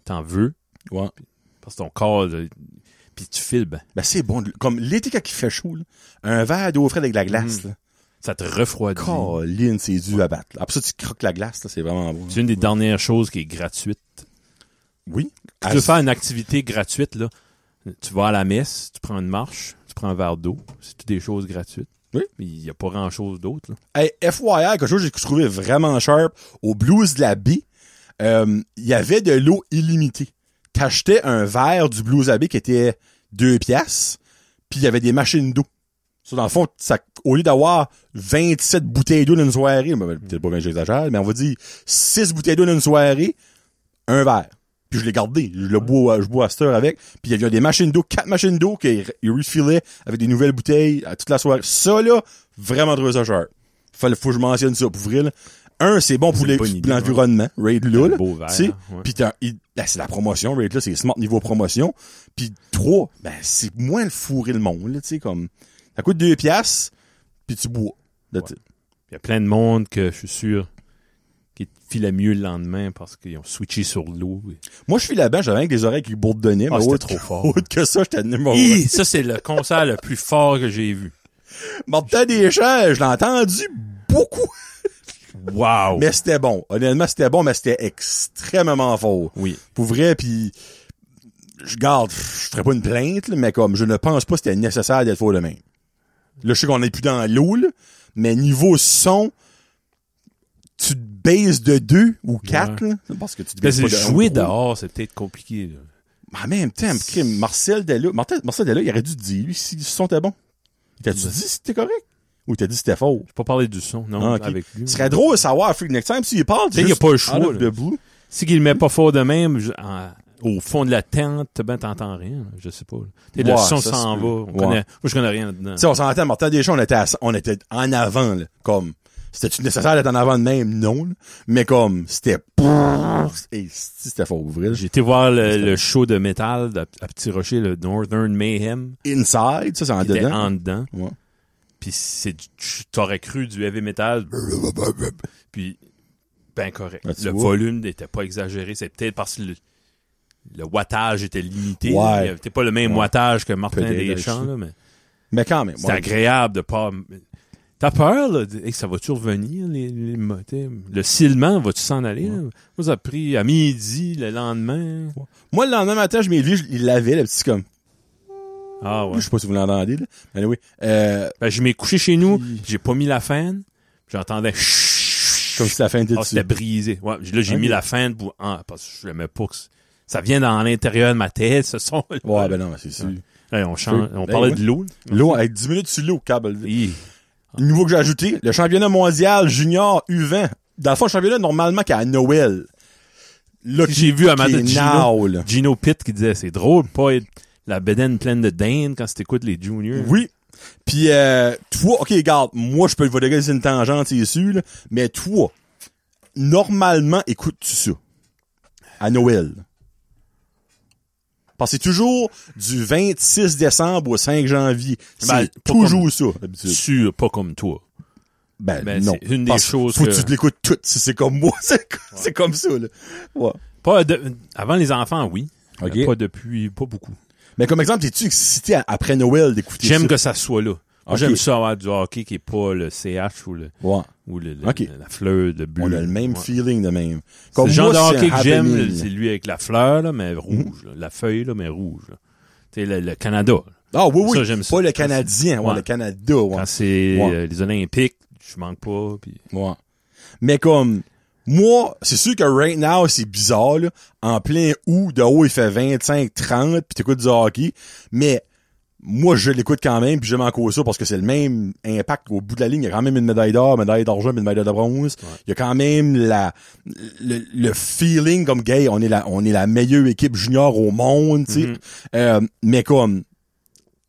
B: t'en veux
A: Ouais.
B: parce que ton corps là, puis tu files ben,
A: Ben, c'est bon. de- Comme l'été quand il fait chaud, là, un verre d'eau fraîche avec de la
B: Mm.
A: glace, là.
B: ça te refroidit.
A: Colline, c'est dû à battre. là. Après ça, tu croques la glace, là, c'est vraiment bon.
B: C'est une des dernières choses qui est gratuite
A: Oui.
B: Si tu veux faire une activité gratuite, là, tu vas à la messe, tu prends une marche, tu prends un verre d'eau. C'est toutes des choses gratuites.
A: Oui.
B: Puis Il n'y a pas grand-chose d'autre. là.
A: Hey, FYI, quelque chose que j'ai trouvé vraiment sharp, au Blues de la Baie, euh, il y avait de l'eau illimitée. T'achetais un verre du Blues de la Baie qui était deux piastres, puis il y avait des machines d'eau. Ça, dans le fond, ça, au lieu d'avoir 27 bouteilles d'eau dans une soirée, ben, ben, peut-être pas 20, j'exagère, mais on va dire 6 bouteilles d'eau dans une soirée, un verre. Puis je l'ai gardé. Je le bois, je bois à cette heure avec. Puis il y avait des machines d'eau, quatre machines d'eau qu'ils ils refilaient avec des nouvelles bouteilles à toute la soirée. Ça, là, vraiment de ça sharp. Fallait, faut que je mentionne ça pour vrai, là. Un, c'est bon pour
B: C'est une
A: les-
B: bonne idée,
A: l'environnement, Raid là.
B: Un
A: là,
B: beau verre,
A: tu sais.
B: ouais.
A: Puis t'as- il- là, c'est la promotion, Raid là, c'est smart niveau promotion. Puis trois, ben c'est moins le fourrer le monde, là, tu sais, comme. Ça coûte deux piastres, puis tu bois. Là,
B: Ouais.
A: tu sais.
B: Il y a plein de monde que je suis sûr qui te filait mieux le lendemain parce qu'ils ont switché sur l'eau.
A: Moi, je suis là-bas, j'avais avec des oreilles qui bourdonnaient,
B: Ah,
A: mais
B: c'était
A: autre,
B: trop fort.
A: autre que ça, j'étais numéro un.
B: Hi, Oh, ça, c'est le concert le plus fort que j'ai vu.
A: Martin Deschamps, je l'ai entendu beaucoup.
B: Wow!
A: Mais c'était bon. Honnêtement, c'était bon, mais c'était extrêmement fort.
B: Oui.
A: Pour vrai, puis je garde, je ferais pas une plainte, là, mais comme je ne pense pas que c'était nécessaire d'être fort de même. Là, je sais qu'on n'est plus dans l'eau, là, mais niveau son, tu te baises de deux ou quatre, là, parce que tu te
B: Mais
A: baises pas
B: c'est
A: de un ou
B: jouer
A: de trois.
B: dehors, c'est peut-être compliqué. là.
A: Mais en Ah, même temps, crime, Marcel Della, Martin- Marcel Della, il aurait dû te dire, lui, si le son était bon. T'as-tu dit si c'était correct? Ou t'as dit si c'était faux?
B: Je peux pas parler du son, non,
A: Ah, ok.
B: avec lui.
A: Ce serait drôle de savoir Freak Next Time s'il parle.
B: sais, y a pas le choix, là.
A: De blue.
B: Si qu'il le met pas fort de même, je- en- au fond de la tente, ben t'entends rien, je sais pas. là. T'sais,
A: Ouais,
B: le son
A: ça
B: s'en
A: se
B: va.
A: peut.
B: On
A: Ouais.
B: connaît- moi, je connais rien dedans.
A: Tu sais, on s'entend, Martin Deschamps, on était, à- on était en avant, là, comme. C'était-tu nécessaire d'être en avant de même? Non, là. Mais comme, c'était... Et si c'était fort ouvrir.
B: J'ai été voir le, le show de métal de- à Petit Rocher, le Northern Mayhem,
A: Inside, ça, c'est en
B: qui était
A: dedans.
B: en dedans.
A: Ouais.
B: Puis c'est, du- tu- t'aurais cru du heavy metal, puis ben correct.
A: Ah, tu
B: le
A: vois.
B: volume n'était pas exagéré. C'est peut-être parce que le, le wattage était limité.
A: Ouais.
B: là. Il y avait- C'était pas le même
A: Ouais.
B: wattage que Martin
A: Peut-être,
B: Deschamps,
A: je-
B: là, mais
A: Mais quand même.
B: c'est
A: ouais.
B: agréable de pas... T'as peur, là, de- hey, ça va-tu revenir, les, les mo- t'sais, le silement, va-tu s'en aller? là? Moi, ça a pris à midi, le lendemain.
A: Moi, le lendemain matin, je m'ai vu, je- il l'avait, le petit comme...
B: Ah ouais.
A: Je sais pas si vous l'entendez, là. Mais oui. Euh,
B: Ben, je m'ai couché chez nous,
A: Hi.
B: j'ai pas mis la fan, j'entendais
A: comme si la fin était
B: Ah,
A: dessus.
B: c'était brisé. Ouais, j- là, j'ai
A: Ok.
B: mis la fan pour, ah, parce que je l'aimais pas que c- ça vient dans l'intérieur de ma tête, ce son.
A: Ouais, ben non, c'est sûr.
B: Là, on change,
A: Feu.
B: on
A: Ben
B: parlait
A: ouais.
B: de l'eau. là.
A: L'eau, avec 10 minutes sur l'eau, câble.
B: Hi.
A: nouveau que j'ai ajouté, le championnat mondial junior U20. Dans le fond, le championnat normalement qu'à Noël. Là, qui-
B: J'ai vu à
A: qui
B: matin
A: est now,
B: Gino,
A: là.
B: Gino Pitt qui disait c'est drôle pas être la bedaine pleine de dinde quand t'écoutes les juniors.
A: Oui. Puis euh, toi, ok, regarde, moi je peux le voler c'est une tangente, c'est sûr, là, mais toi, normalement, écoutes-tu ça à Noël? Parce que c'est toujours du 26 décembre au 5 janvier. C'est
B: Ben, pas
A: toujours ça, d'habitude.
B: Sûr, pas comme toi.
A: Ben,
B: ben,
A: non.
B: c'est une des
A: Parce que
B: choses
A: Faut que
B: que-
A: tu te l'écoutes toute, si c'est comme moi. C'est c'est comme ça, là. Ouais.
B: Pas de- avant les enfants, oui.
A: Ok.
B: Mais Pas depuis, pas beaucoup.
A: Mais comme exemple, t'es-tu excité à- après Noël d'écouter ça?
B: J'aime que ça soit là. Moi,
A: Ok.
B: J'aime ça avoir du hockey qui est pas le CH ou le
A: Ouais.
B: ou le, le-
A: Ok.
B: la fleur de but.
A: On a le même
B: Mm. Ouais.
A: feeling de même.
B: C'est
A: Comme
B: le genre
A: moi,
B: de
A: c'est Mhm.
B: hockey
A: un
B: que j'aime,
A: happening.
B: là, c'est lui avec la fleur, là, mais rouge. là. La feuille, là, mais rouge. là. Tu sais, le, le Canada. là.
A: Ah oui, oui.
B: Ça, j'aime ça.
A: Pas le Canadien, ouais,
B: Ouais.
A: le Canada, ouais.
B: Quand c'est
A: Ouais.
B: euh, les Olympiques, je manque pas. Puis...
A: Ouais. Mais comme, moi, c'est sûr que right now, c'est bizarre, là. En plein août, de haut, il fait 25, 30, pis t'écoutes du hockey. Mais, moi, je l'écoute quand même, puis je m'en cause ça parce que c'est le même impact au bout de la ligne. Il y a quand même une médaille d'or, une médaille d'argent, puis une médaille de bronze. Il y a quand même la, le, le feeling comme, gay, on est la, on est la meilleure équipe junior au monde, tu sais.
B: Mm-hmm.
A: Euh, mais comme,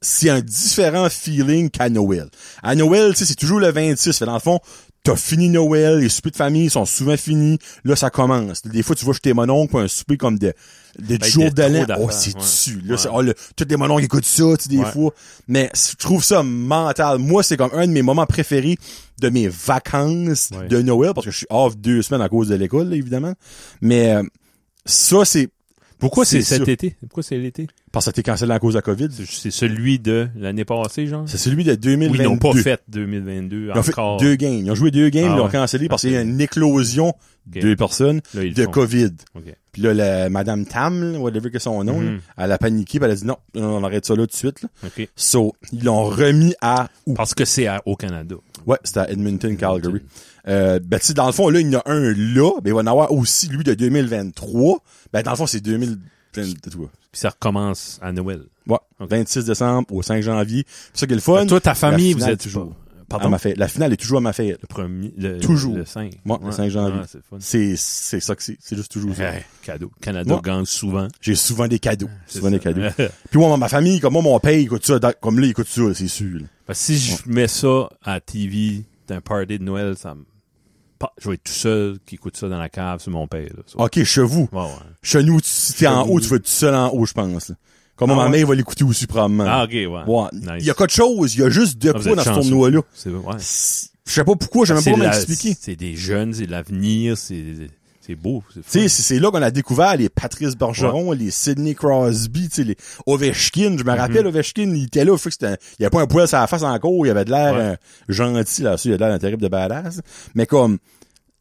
A: c'est un différent feeling qu'à Noël. À Noël, tu sais, c'est toujours le 26. Fait dans le fond, t'as fini Noël, les soupers de famille sont souvent finis. Là, ça commence. Des fois, tu vas chez tes mononcles, un souper comme de, de
B: Ben,
A: jour
B: il y a
A: de
B: trop
A: l'an.
B: d'affaires,
A: Oh, c'est
B: ouais.
A: dessus. Là,
B: Ouais.
A: c'est- oh, le- tous les mononcles écoutent ça, tu sais, des
B: Ouais.
A: fois. Mais c- je trouve ça mental. Moi, c'est comme un de mes moments préférés de mes vacances
B: Ouais.
A: de Noël, parce que je suis off deux semaines à cause de l'école, là, évidemment. Mais euh, ça, c'est...
B: Pourquoi c'est
A: ça?
B: cet été? Pourquoi c'est l'été?
A: Parce que t'es cancellé à cause de la COVID.
B: C'est- C'est celui de l'année passée, genre?
A: C'est celui de
B: Ou
A: 2022.
B: ils n'ont pas fait 2022
A: Ils ont fait
B: encore.
A: deux games. Ils ont joué deux games,
B: Ah
A: ils l'ont
B: ouais.
A: cancellé parce qu'il y a une éclosion de deux personnes
B: Là, ils
A: de
B: le font.
A: COVID.
B: Ok.
A: Puis là, la, Madame Tam, là, whatever que son nom,
B: Mhm.
A: là, elle a paniqué, puis elle a dit non, on arrête ça là tout de suite. Là.
B: Ok.
A: So, ils l'ont remis à où?
B: Parce que c'est à- au Canada.
A: Ouais, c'était à Edmonton, Calgary. Euh, ben, tu sais, dans le fond, là, il y en a un là, ben, il va en avoir aussi, lui, de 2023. Ben, dans le fond, c'est 2023.
B: Puis ça recommence à Noël.
A: Ouais,
B: Ok. Ben,
A: 26 décembre au 5 janvier. C'est ça qui est le fun.
B: Toi, ta famille,
A: la
B: vous
A: finale
B: êtes
A: toujours.
B: pas-
A: À
B: Pardon?
A: ma fête. La finale est toujours à ma fête.
B: Le premier, le,
A: Toujours.
B: Le 5.
A: Ouais, le 5 janvier.
B: c'est le fun.
A: C'est, c'est ça que c'est. C'est juste toujours ça.
B: Ouais, cadeau. Canada
A: Ouais.
B: gagne souvent.
A: J'ai souvent des cadeaux.
B: C'est
A: Souvent des
B: ça.
A: cadeaux. Puis moi, ma famille, comme moi, mon père, il écoute ça. dans- Comme là, il écoute ça, c'est sûr. là.
B: Parce que si je mets ça à TV d'un party de Noël, ça me... pas- je vais être tout seul qui écoute ça dans la cave, c'est mon père. Là, ça.
A: OK, chez vous.
B: Ouais, ouais.
A: Chez nous, tu- si t'es en
B: Chez nous.
A: haut, tu vas être tout seul en haut, je pense. là. Comme
B: Ah
A: ma
B: ouais.
A: mère va l'écouter aussi, probablement.
B: Ah, ok, ouais.
A: Ouais.
B: Nice.
A: Il y a quelque chose. Il y a juste de
B: Ah, vous
A: quoi
B: êtes
A: dans ce
B: chanceux.
A: tournoi-là.
B: C'est ouais.
A: C'est- Je sais pas pourquoi, je sais même pas
B: C'est
A: comment
B: la-
A: expliquer.
B: C'est des jeunes, c'est de l'avenir, c'est c'est beau. c'est
A: Tu
B: fun.
A: sais, c'est- c'est là qu'on a découvert les Patrice Bergeron, les Sidney Crosby, tu sais, les Ovechkin.
B: Mm-hmm.
A: Je me rappelle, Ovechkin, il était là, fait que c'était un- il y avait pas un poil sur la face encore, il avait de l'air
B: Ouais.
A: euh, gentil là-dessus, il avait de l'air d'un terrible de badass. Mais comme,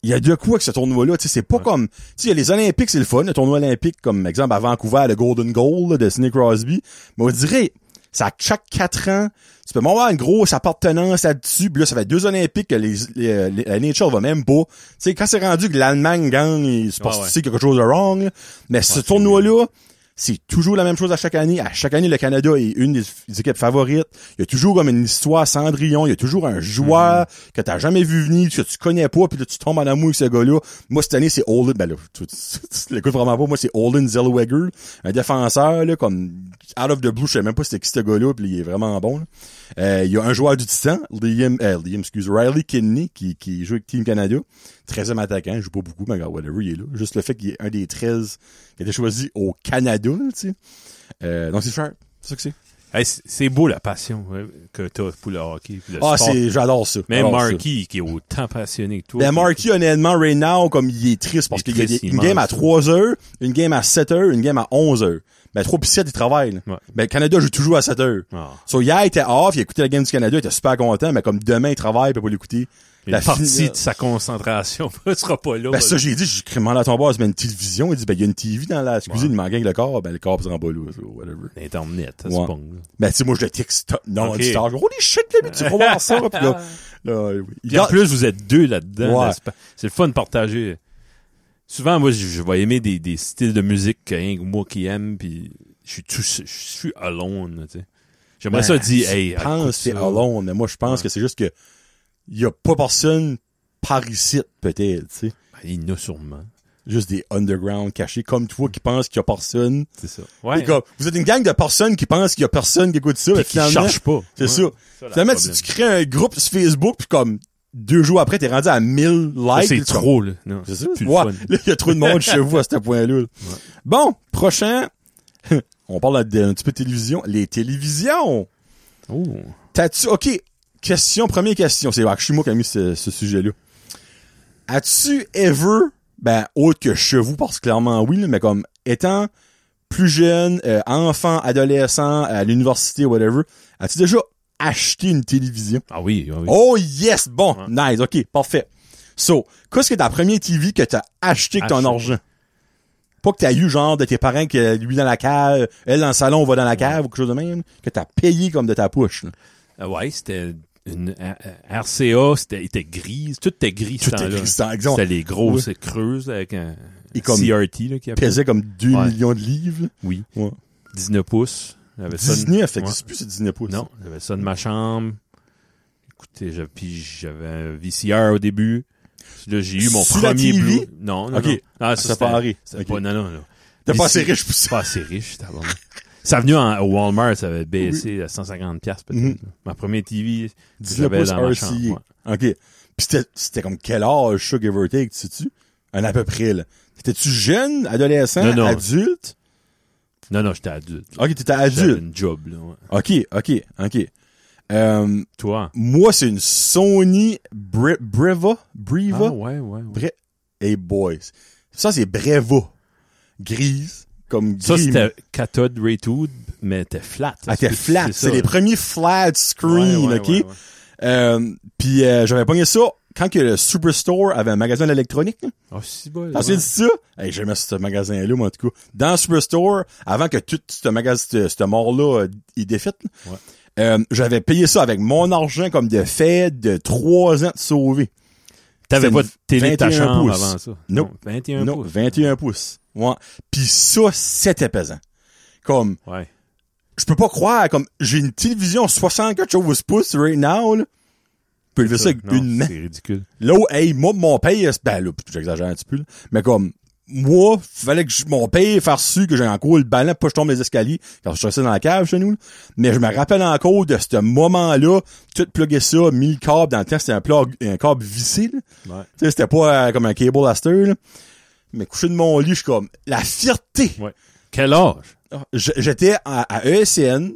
A: il y a de quoi que ce tournoi-là, tu sais, c'est pas comme, tu sais, il y a les Olympiques, c'est le fun, le tournoi olympique, comme exemple à Vancouver, le Golden Goal là, de Sidney Crosby. Mais on dirait, ça chaque quatre ans, tu peux même avoir une grosse appartenance là-dessus, puis là, ça fait deux Olympiques que les, les, les- la nature va même pas. Tu sais, quand c'est rendu que l'Allemagne gagne, il se passe
B: Ouais, ouais.
A: tu sais, quelque chose de wrong, là. mais ce
B: c'est
A: tournoi-là, c'est toujours la même chose à chaque année. À chaque année, le Canada est une des des équipes favorites. Il y a toujours comme une histoire Cendrillon. Il y a toujours un joueur que t'as jamais vu venir, que tu connais pas, puis là, tu tombes en amour avec ce gars-là. Moi, cette année, c'est Olin. Ben là, tu, tu, tu l'écoutes vraiment pas. Moi, c'est Olin Zellweger, un défenseur, là, comme out of the blue. Je sais même pas c'était qui ce gars-là, puis il est vraiment bon. là. Euh, Il y a un joueur du Titan, Liam, euh, Liam, excuse, Riley Kidney, qui, qui joue avec Team Canada. 13e attaquant, il joue pas beaucoup, mais regarde, whatever, il est là. Juste le fait qu'il est un des 13 qui a été choisi au Canada, là, tu sais. Euh, donc c'est cher. C'est ça que c'est.
B: Hey, c'est- c'est beau la passion ouais, que t'as pour le hockey. puis le
A: Ah,
B: sport.
A: c'est, j'adore ça.
B: Même
A: J'adore ça.
B: Marky, qui est autant passionné que toi.
A: Ben, Marky, honnêtement, right now, comme il est triste parce
B: Il est
A: qu'il y a des-
B: triste,
A: une
B: il
A: game à
B: mange,
A: 3 heures, une game à 7 heures, une game à 11 heures. Ben, 3 puis 7, il travaille, là.
B: Ouais.
A: Ben, le Canada joue toujours à 7 heures.
B: Ah.
A: So, hier, il était off, il a écouté la game du Canada, il était super content, mais comme demain, il travaille, il peut pas l'écouter.
B: Une partie
A: finale-
B: de sa concentration sera pas là.
A: Ben, ça, j'ai dit, j'ai demandé à ton boss, mais une télévision, il dit, ben, il y a une TV dans la cuisine, il m'en gagne le corps, ben, le corps sera en bas, là, so, whatever.
B: Internet, ça
A: Ouais.
B: se pong, là.
A: Ben, tu sais, moi, je le texte non,
B: Ok.
A: du star. Holy shit, baby, tu vas voir ça, pis là, là, oui.
B: Puis en plus, vous êtes deux là-dedans.
A: Ouais.
B: là, c'est pas- C'est le fun de partager. Souvent, moi, je, je vais aimer des, des styles de musique que rien que moi qui aime, puis je suis tout, se- je suis alone, là, tu sais. J'aimerais
A: Ben,
B: ça dire,
A: tu
B: hey,
A: penses que
B: écoute
A: c'est
B: ça.
A: alone, mais moi, je pense
B: Ouais.
A: que c'est juste que y a pas personne par ici, peut-être, tu sais.
B: Ben, il y en a sûrement.
A: Juste des underground cachés, comme toi qui pense qu'il y a personne.
B: C'est ça. Ouais.
A: Et comme, vous êtes une gang de personnes qui pensent qu'il y a personne qui écoute ça, mais
B: Puis qui
A: finalement,
B: cherche pas.
A: c'est ça.
B: ça, la
A: Finalement, tu,
B: problème.
A: tu crées un groupe sur Facebook, puis comme, deux jours après, t'es rendu à 1000
B: Ça,
A: likes.
B: c'est
A: puis tu
B: trop, là. Non,
A: C'est ça.
B: c'est plus le
A: Ouais,
B: fun.
A: Là, il y a trop de monde chez vous à ce point-là. là. Bon, prochain. On parle d'un un petit peu de télévision. Les télévisions.
B: Oh.
A: T'as-tu... OK. Question, première question. C'est vrai que je suis moi qui a mis ce, ce sujet-là. As-tu ever... Ben, autre que chez vous, parce que clairement oui, là, mais comme étant plus jeune, euh, enfant, adolescent, à l'université, whatever, as-tu déjà acheté une télévision?
B: Ah oui, ah oui.
A: Oh yes! Bon,
B: Ouais.
A: nice, ok, parfait. So, qu'est-ce que ta première TV que t'as acheté avec ton
B: Acheté.
A: argent? Pas que t'as eu genre de tes parents que lui dans la cave, elle dans le salon, on va dans la cave ou quelque chose de même, que t'as payé comme de ta poche. là.
B: Ah ouais, c'était une euh, euh, RCA, c'était était grise, tout était gris ce
A: Tout
B: temps-là.
A: est restant. Exemple,
B: C'était les grosses creuses avec un
A: Et comme-
B: CRT là, qui appelait.
A: pesait comme 2
B: Ouais.
A: millions de livres.
B: Oui.
A: Ouais.
B: 19 pouces. J'avais ça de-
A: 19, fait que
B: Ouais.
A: c'est plus c'est 19 pouces.
B: Non, j'avais ça de ma chambre. Écoutez, j'avais, puis j'avais un VCR au début. Puis Là, j'ai eu mon
A: Sur la
B: premier
A: TV?
B: Blu. Non, non,
A: Ok.
B: non. Ah,
A: Ça
B: ça,
A: t'a
B: c'était-
A: pas arrêté.
B: c'était
A: Ok.
B: pas- non, non, non.
A: T'es pas
B: Ici.
A: assez riche pour ça.
B: Pas assez riche, t'as vraiment. Ça venu en, au Walmart, ça avait baissé à 150$ piastres, peut-être.
A: Mhm.
B: là. Ma première TV,
A: 19
B: j'avais
A: pouces
B: dans ma
A: RCA.
B: chambre. ouais.
A: OK. Puis c'était, c'était comme quel âge, ça, give or take, tu sais-tu? Un à peu près, là. T'étais-tu jeune, adolescent,
B: Non, non.
A: adulte?
B: Non, non, j'étais adulte.
A: OK, t'étais
B: J'avais
A: adulte.
B: une job, là. ouais.
A: OK, OK, OK. Euh,
B: Toi?
A: moi, c'est une Sony Bre- Breva. Breva.
B: Ah, ouais, ouais, ouais.
A: Bre- hey, boys. Ça, c'est Breva. Grise. Comme
B: Ça,
A: gris.
B: c'était cathode Ray Tube, mais t'es flat.
A: Ah, t'es flat.
B: ça,
A: C'est les
B: là.
A: premiers flat screen,
B: Ouais, ouais,
A: OK?
B: ouais, ouais.
A: Euh, Puis euh, j'avais pogné ça quand que le Superstore avait un magasin d'électronique. là.
B: Ah, si, bon.
A: T'as
B: ouais.
A: dit ça? Hey, j'aimais ce magasin-là, moi, en tout cas. Dans le Superstore, avant que tout ce magasin, ce- ce mort-là, euh, il défite, là,
B: Ouais.
A: euh, j'avais payé ça avec mon argent comme de fête de trois ans de sauvé.
B: T'avais
A: c'est
B: pas de télé de ta
A: 21
B: chambre
A: pouces.
B: avant ça.
A: Non.
B: 21
A: Non,
B: pouces.
A: 21 pouces. Ouais. Puis ça, c'était pesant. Comme,
B: Ouais.
A: je peux pas croire, comme, j'ai une télévision 74 pouces right now, là. Je peux lever ça avec
B: Non,
A: une main.
B: C'est ridicule.
A: Là où, hey, moi, mon paye, euh, ben là, j'exagère un petit peu, là, mais comme, moi, fallait que je- mon paye farce que j'ai encore le ballon, pas que je tombe les escaliers, quand je suis resté dans la cave chez nous, là. mais je me rappelle encore de ce moment-là, tout plugué ça, mis le câble, dans le temps, c'était un, plug, un câble vissé, là.
B: Ouais.
A: Tu sais, c'était pas euh, comme un cable aster, là. Mais couché de mon lit, je suis comme, la fierté!
B: Ouais. Quel âge?
A: Ah, Je- J'étais à, à ESN,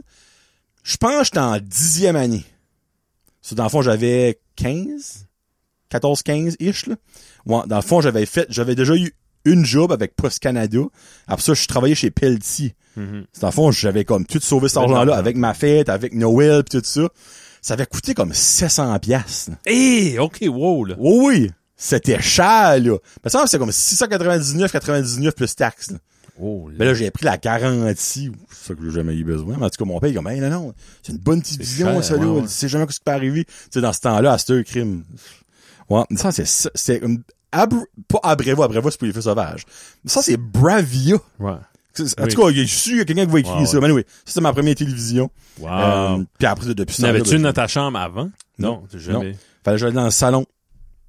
A: je pense que j'étais en dixième année. Ça, dans le fond, j'avais 15, 14, 15 ish, là. Ouais, dans le fond, j'avais fait, j'avais déjà eu une job avec Post Canada. Après ça, je travaillais chez Pelletier.
B: Mhm.
A: Dans le fond, j'avais comme tout sauvé cet
B: Ouais,
A: argent-là
B: d'accord.
A: avec ma fête, avec Noël pis tout ça. Ça avait coûté comme 700 piastres. là.
B: Eh, OK, wow, là.
A: Oui, oui. C'était cher, là. Mais ça, c'est comme 699, 99 plus taxes, là.
B: Oh,
A: Mais
B: là.
A: là, j'ai pris la garantie. C'est ça que j'ai jamais eu besoin. Mais en tout cas, mon père, il est comme, hey, non, non, c'est une bonne petite
B: C'est
A: vision,
B: cher,
A: ça, là.
B: ouais, ouais.
A: Tu sais jamais ce qui peut arriver. Tu sais, dans ce temps-là, à ce crime. Ouais. Mais Ça, c'est, c'est une, abr- pas Abrevo, Abrevo, c'est pour les feux sauvages. Mais Ça, c'est Bravia.
B: Ouais.
A: C'est- En
B: Oui. Ah,
A: tout cas, il y a- je suis sûr qu'il y a quelqu'un qui va écrire
B: Ouais,
A: ça. Mais anyway, ça, c'est ma première télévision.
B: Wow.
A: Euh, puis après, depuis
B: tu
A: ça, là,
B: n'avais-tu
A: ben,
B: une dans ta chambre avant?
A: Non.
B: Non, jamais.
A: Fallait que j'aille dans le salon.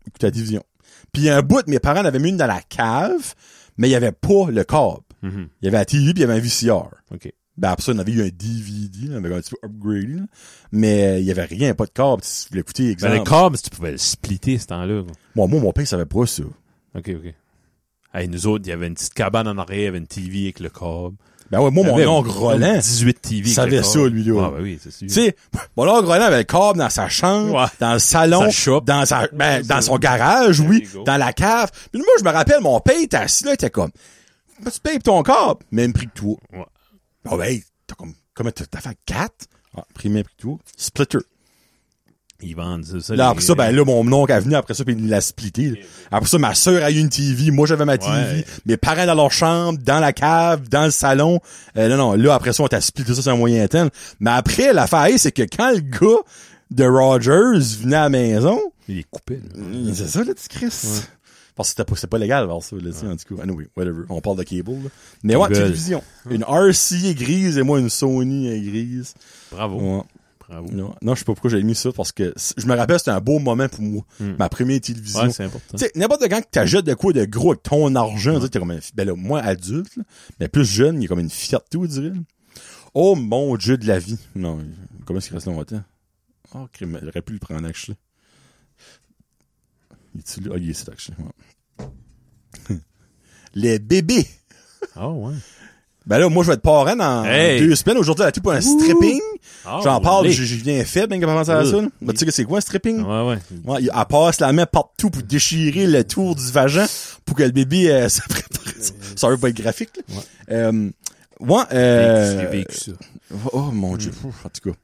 A: Écoute la division. Puis il y a un bout, mes parents en avaient mis une dans la cave, mais il y avait pas le câble.
B: Mhm.
A: Il y avait la TV, puis il y avait un VCR.
B: OK.
A: Ben après ça, on avait eu un DVD, là, mais un petit peu upgradé, là. mais euh, il y avait rien, pas de câble. Si tu voulais écouter,
B: Ben,
A: exemple.
B: le câble, si tu pouvais le splitter, ce temps-là. quoi.
A: moi, moi, mon père, il savait pas ça.
B: OK, OK. Hey, nous autres, il y avait une petite cabane en arrière, il y avait une TV avec le câble.
A: Ben ouais, moi, mon
B: J'avais
A: oncle Roland,
B: 18 TV.
A: savait ça, lui, là.
B: Ah, ben oui, c'est sûr.
A: tu sais, mon oncle Roland avait le câble dans sa chambre,
B: Ouais.
A: dans le salon,
B: Sa shop.
A: dans sa, ben,
B: Ouais,
A: dans
B: ça.
A: son garage, oui,
B: There you go.
A: dans la cave. Puis moi, je me rappelle, mon père, il était assis là, il était comme, Ben, tu payes pour ton câble, même prix que toi.
B: Ouais.
A: Ah ben, hey, t'as comme, comment t'as t'as fait 4? Ah, prix même prix que toi. Splitter.
B: Ils vendent ça. ça,
A: Là,
B: les-
A: après ça, ben là, mon oncle est venu après ça, puis il l'a splitté. là. Après ça, ma sœur a eu une TV, moi j'avais ma TV,
B: Ouais.
A: mes parents dans leur chambre, dans la cave, dans le salon. Euh, non, non, là, après ça, on t'a splitté ça sur un moyen temps. Mais après, l'affaire, c'est que quand le gars de Rogers venait à la maison,
B: Il est coupé, là.
A: euh, c'est ça, le petit Chris. Parce que c'était pas, c'était pas légal, alors ça, là, tu sais, en tout cas. Anyway, whatever. On parle de cable, là. Mais ouais,
B: Google.
A: télévision. Une RCA grise et moi une Sony euh, grise.
B: Bravo.
A: Ouais.
B: Bravo.
A: Non, non, je sais pas pourquoi j'ai mis ça parce que c- je me rappelle c'était un beau moment pour moi,
B: Hmm.
A: ma première télévision.
B: Ouais, c'est important.
A: tu sais, n'importe quand que t'achètes de quoi de gros avec ton argent, tu sais, t'es comme un, ben là, moi, adulte, là, mais plus jeune, il est comme une fierté, on dirait. Oh, mon Dieu de la vie. Non, comment est-ce qu'il reste longtemps? Oh, crime, il aurait pu le prendre, actually. Il est-tu là? Ah, il est ici, actually, ouais. Les bébés.
B: Ah ouais.
A: Ben là, moi, je vais être parrain dans
B: Hey.
A: deux semaines. Aujourd'hui, là, tout pour un stripping.
B: Ah,
A: J'en parle,
B: oui. Euh.
A: je je viens fait, ben, comment ça va, ça, là?
B: Oui.
A: Ben, tu sais que c'est quoi un stripping?
B: Ouais, ouais.
A: Ouais, il- elle passe la main partout pour déchirer le tour du vagin pour que le bébé euh, se prépare. Ça veut pas être graphique. Là. Euh, ouais,
B: J'ai
A: euh,
B: vécu ça.
A: oh mon dieu, Ouf, en tout cas.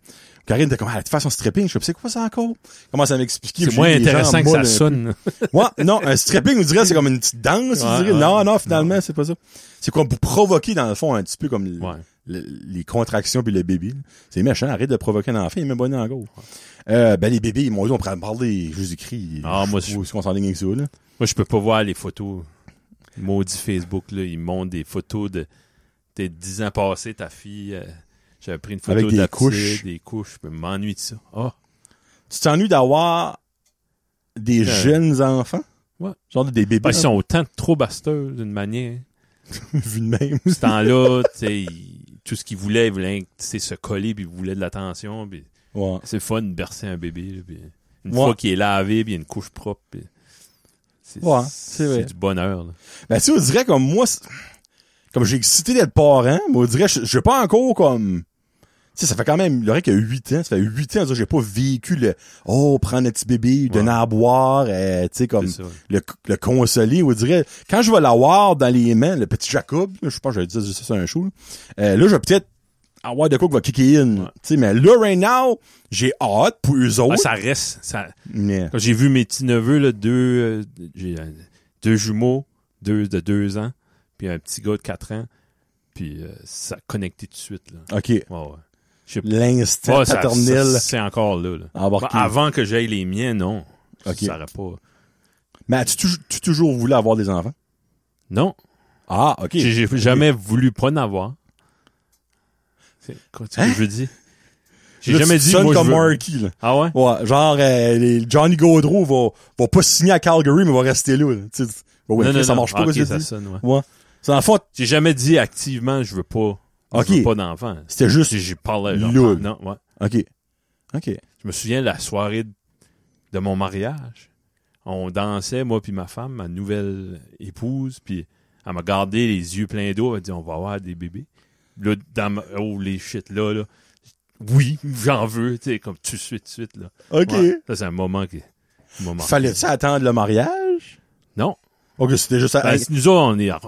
A: Karine était comme, elle de faire son stripping. Je sais pas, c'est quoi ça encore? Comment ça m'expliquer?
B: C'est moins intéressant que ça
A: soit
B: sonne.
A: Ouais, non, un stripping, on dirait, c'est comme une petite danse, on
B: Ouais,
A: dirait.
B: ouais.
A: non, non, finalement, c'est pas ça. C'est comme pour provoquer, dans le fond, un petit peu comme le-
B: Ouais.
A: le- les contractions puis le bébé. là. C'est méchant, arrête de provoquer un enfant, il est même bon en gauche. Euh, ben, les bébés, mon dieu, on pourrait parler Jésus-Christ.
B: Ah, moi, je-
A: Où est-ce qu'on s'enligne avec ça, là?
B: Moi, je peux pas voir les photos. Maudit Facebook, là, ils montrent des photos de tes 10 ans passés, ta fille. euh, J'avais pris une photo
A: Avec
B: de
A: des
B: la
A: couches.
B: petite, des couches. Je m'ennuie de ça. Ah,
A: Tu t'ennuies d'avoir des
B: Euh,
A: jeunes enfants?
B: ouais.
A: Genre des bébés
B: ben, ils sont autant trop basteux d'une manière.
A: vus de même.
B: Ce temps-là, tu sais, ils- tout ce qu'ils voulaient, ils voulaient tu sais, se coller, puis ils voulaient de l'attention. puis
A: Ouais.
B: C'est le fun de bercer un bébé. là, puis une
A: Ouais.
B: fois qu'il est lavé, puis il y a une couche propre. puis C'est
A: Ouais, c'est vrai.
B: du bonheur. là.
A: Ben, tu sais, on dirait comme moi, c'est- comme j'ai excité d'être parent, mais on dirait, je je suis pas encore comme, tu sais, ça fait quand même, il y aurait qu'il y a 8 ans, ça fait 8 ans, on dirait que j'ai pas vécu le, oh, prendre un petit bébé, donner à boire, euh, tu sais, comme,
B: C'est ça.
A: le, le consoler, on dirait, quand je vais l'avoir dans les mains, le petit Jacob, là, je pense que j'avais dit ça sur un show, là, euh, là, je vais peut-être avoir de quoi qui va kicker in,
B: Ouais.
A: tu sais, mais là, right now, j'ai hâte pour eux
B: Ah,
A: autres,
B: ça reste. Ça,
A: mais,
B: Quand j'ai vu mes petits neveux, là, deux, euh, j'ai euh, deux jumeaux, deux de deux ans, puis un petit gars de quatre ans, puis euh, ça a connecté tout de suite. Là.
A: ok,
B: Ouais, ouais. Je sais pas.
A: l'instinct
B: Ouais, ça-
A: paternel,
B: ça- c'est encore là. là.
A: embarqué.
B: Bah, avant que j'aille les miens, non.
A: Ok.
B: Ça aurait pas.
A: mais as-tu tou- tu toujours voulu avoir des enfants?
B: Non.
A: Ah, ok.
B: J'ai j'ai jamais voulu pas en avoir. C'est quoi ce que je veux dire? J'ai
A: Là,
B: jamais
A: tu
B: dit
A: sonnes
B: moi, je
A: Hein? comme
B: veux-
A: Marky, là.
B: Ah ouais?
A: Ouais, genre, euh, les- Johnny Gaudreau va, va pas signer à Calgary, mais va rester là. là. Tu sais, ouais, ouais, ça marche pas,
B: Ah,
A: qu'est-ce
B: ok,
A: que
B: ça
A: tu dis?
B: sonne, ouais.
A: Ouais. C'est en fait,
B: J'ai jamais dit activement je veux pas.
A: Ok.
B: Je veux pas d'enfant.
A: c'était juste,
B: J'ai j'ai parlé. genre,
A: Loul.
B: Non, ouais.
A: ok. Ok.
B: Je me souviens de la soirée de- de mon mariage. On dansait, moi puis ma femme, ma nouvelle épouse, puis elle m'a gardé les yeux pleins d'eau, elle a dit on va avoir des bébés. Là, dans ma- oh les shit là, là. Oui, j'en veux, tu sais, comme tout de suite, tout de suite, là.
A: Ok.
B: Ouais, ça, c'est un moment qui. Ben, un moment.
A: Fallait-tu attendre le mariage?
B: Non.
A: Ok, c'était juste à...
B: Ben, c'est- nous autres, on, est, on,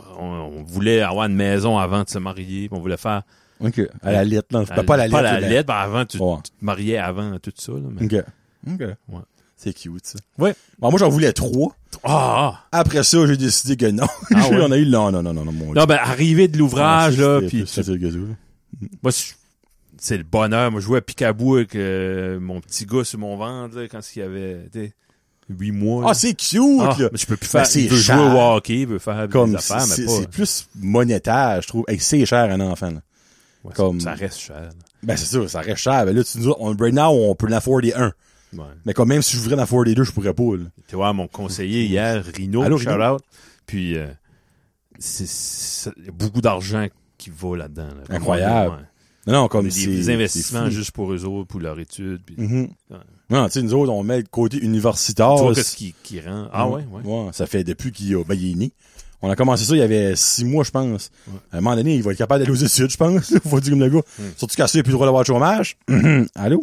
B: on voulait avoir une maison avant de se marier, puis on voulait faire.
A: Ok, à la lettre, non. Ben, pas à la lettre.
B: Pas la
A: mais-
B: lettre, ben, avant, tu,
A: Ouais.
B: tu te mariais avant tout ça, là. mais-
A: Ok. Ok.
B: Ouais.
A: C'est cute, ça.
B: Ouais.
A: Bon, moi, j'en voulais trois.
B: Ah, ah!
A: Après ça, j'ai décidé que non.
B: Ah
A: J'ai-
B: ouais?
A: On a eu, non, non, non, non, non, mon Dieu.
B: Non, ben, arrivé de l'ouvrage, là,
A: C'était
B: puis
A: plus facile que ça, là.
B: Moi, je- c'est le bonheur. Moi, je jouais à Picaboo avec euh, mon petit gars sur mon ventre là, quand il avait 8 mois.
A: Ah,
B: là.
A: c'est cute,
B: Ah,
A: là.
B: mais je peux plus faire.
A: Ben, c'est
B: il veut
A: cher.
B: jouer au hockey, il veut faire
A: comme
B: des affaires,
A: c'est
B: mais
A: c'est
B: pas. hein.
A: plus monétaire, je trouve. Hey, c'est cher un enfant. là.
B: Ouais,
A: comme-
B: Ça reste cher. là.
A: Ben c'est sûr, ça reste cher. Ben là, tu nous on, right now, on peut en afforder un.
B: Ouais.
A: Mais quand même si je voudrais en afforder deux, je pourrais pas. là.
B: Tu vois, mon conseiller hier, Rino,
A: Allô,
B: shout
A: Rino?
B: out. Puis, euh, c'est- c'est il y a beaucoup d'argent qui va là-dedans. là. Comme
A: Incroyable.
B: on dit, ouais.
A: Non, non, comme
B: Des-
A: c'est
B: Des
A: c'est
B: investissements
A: fou.
B: juste pour eux autres, pour leur étude. Puis,
A: Mhm.
B: Ouais.
A: Non, tu sais, nous autres, on met le côté universitaire.
B: tu vois
A: Oh, c'est- Mhm.
B: qu'est-ce qui, qui rend. Ah ouais, ouais.
A: Ça fait depuis qu'il a- ben, il est né. On a commencé ça il y avait six mois, je pense. À un moment donné, il va être capable d'aller aux études, je pense. Faut dire comme le gars. Surtout qu'à ça, il n'y a plus le droit d'avoir de chômage. Allô?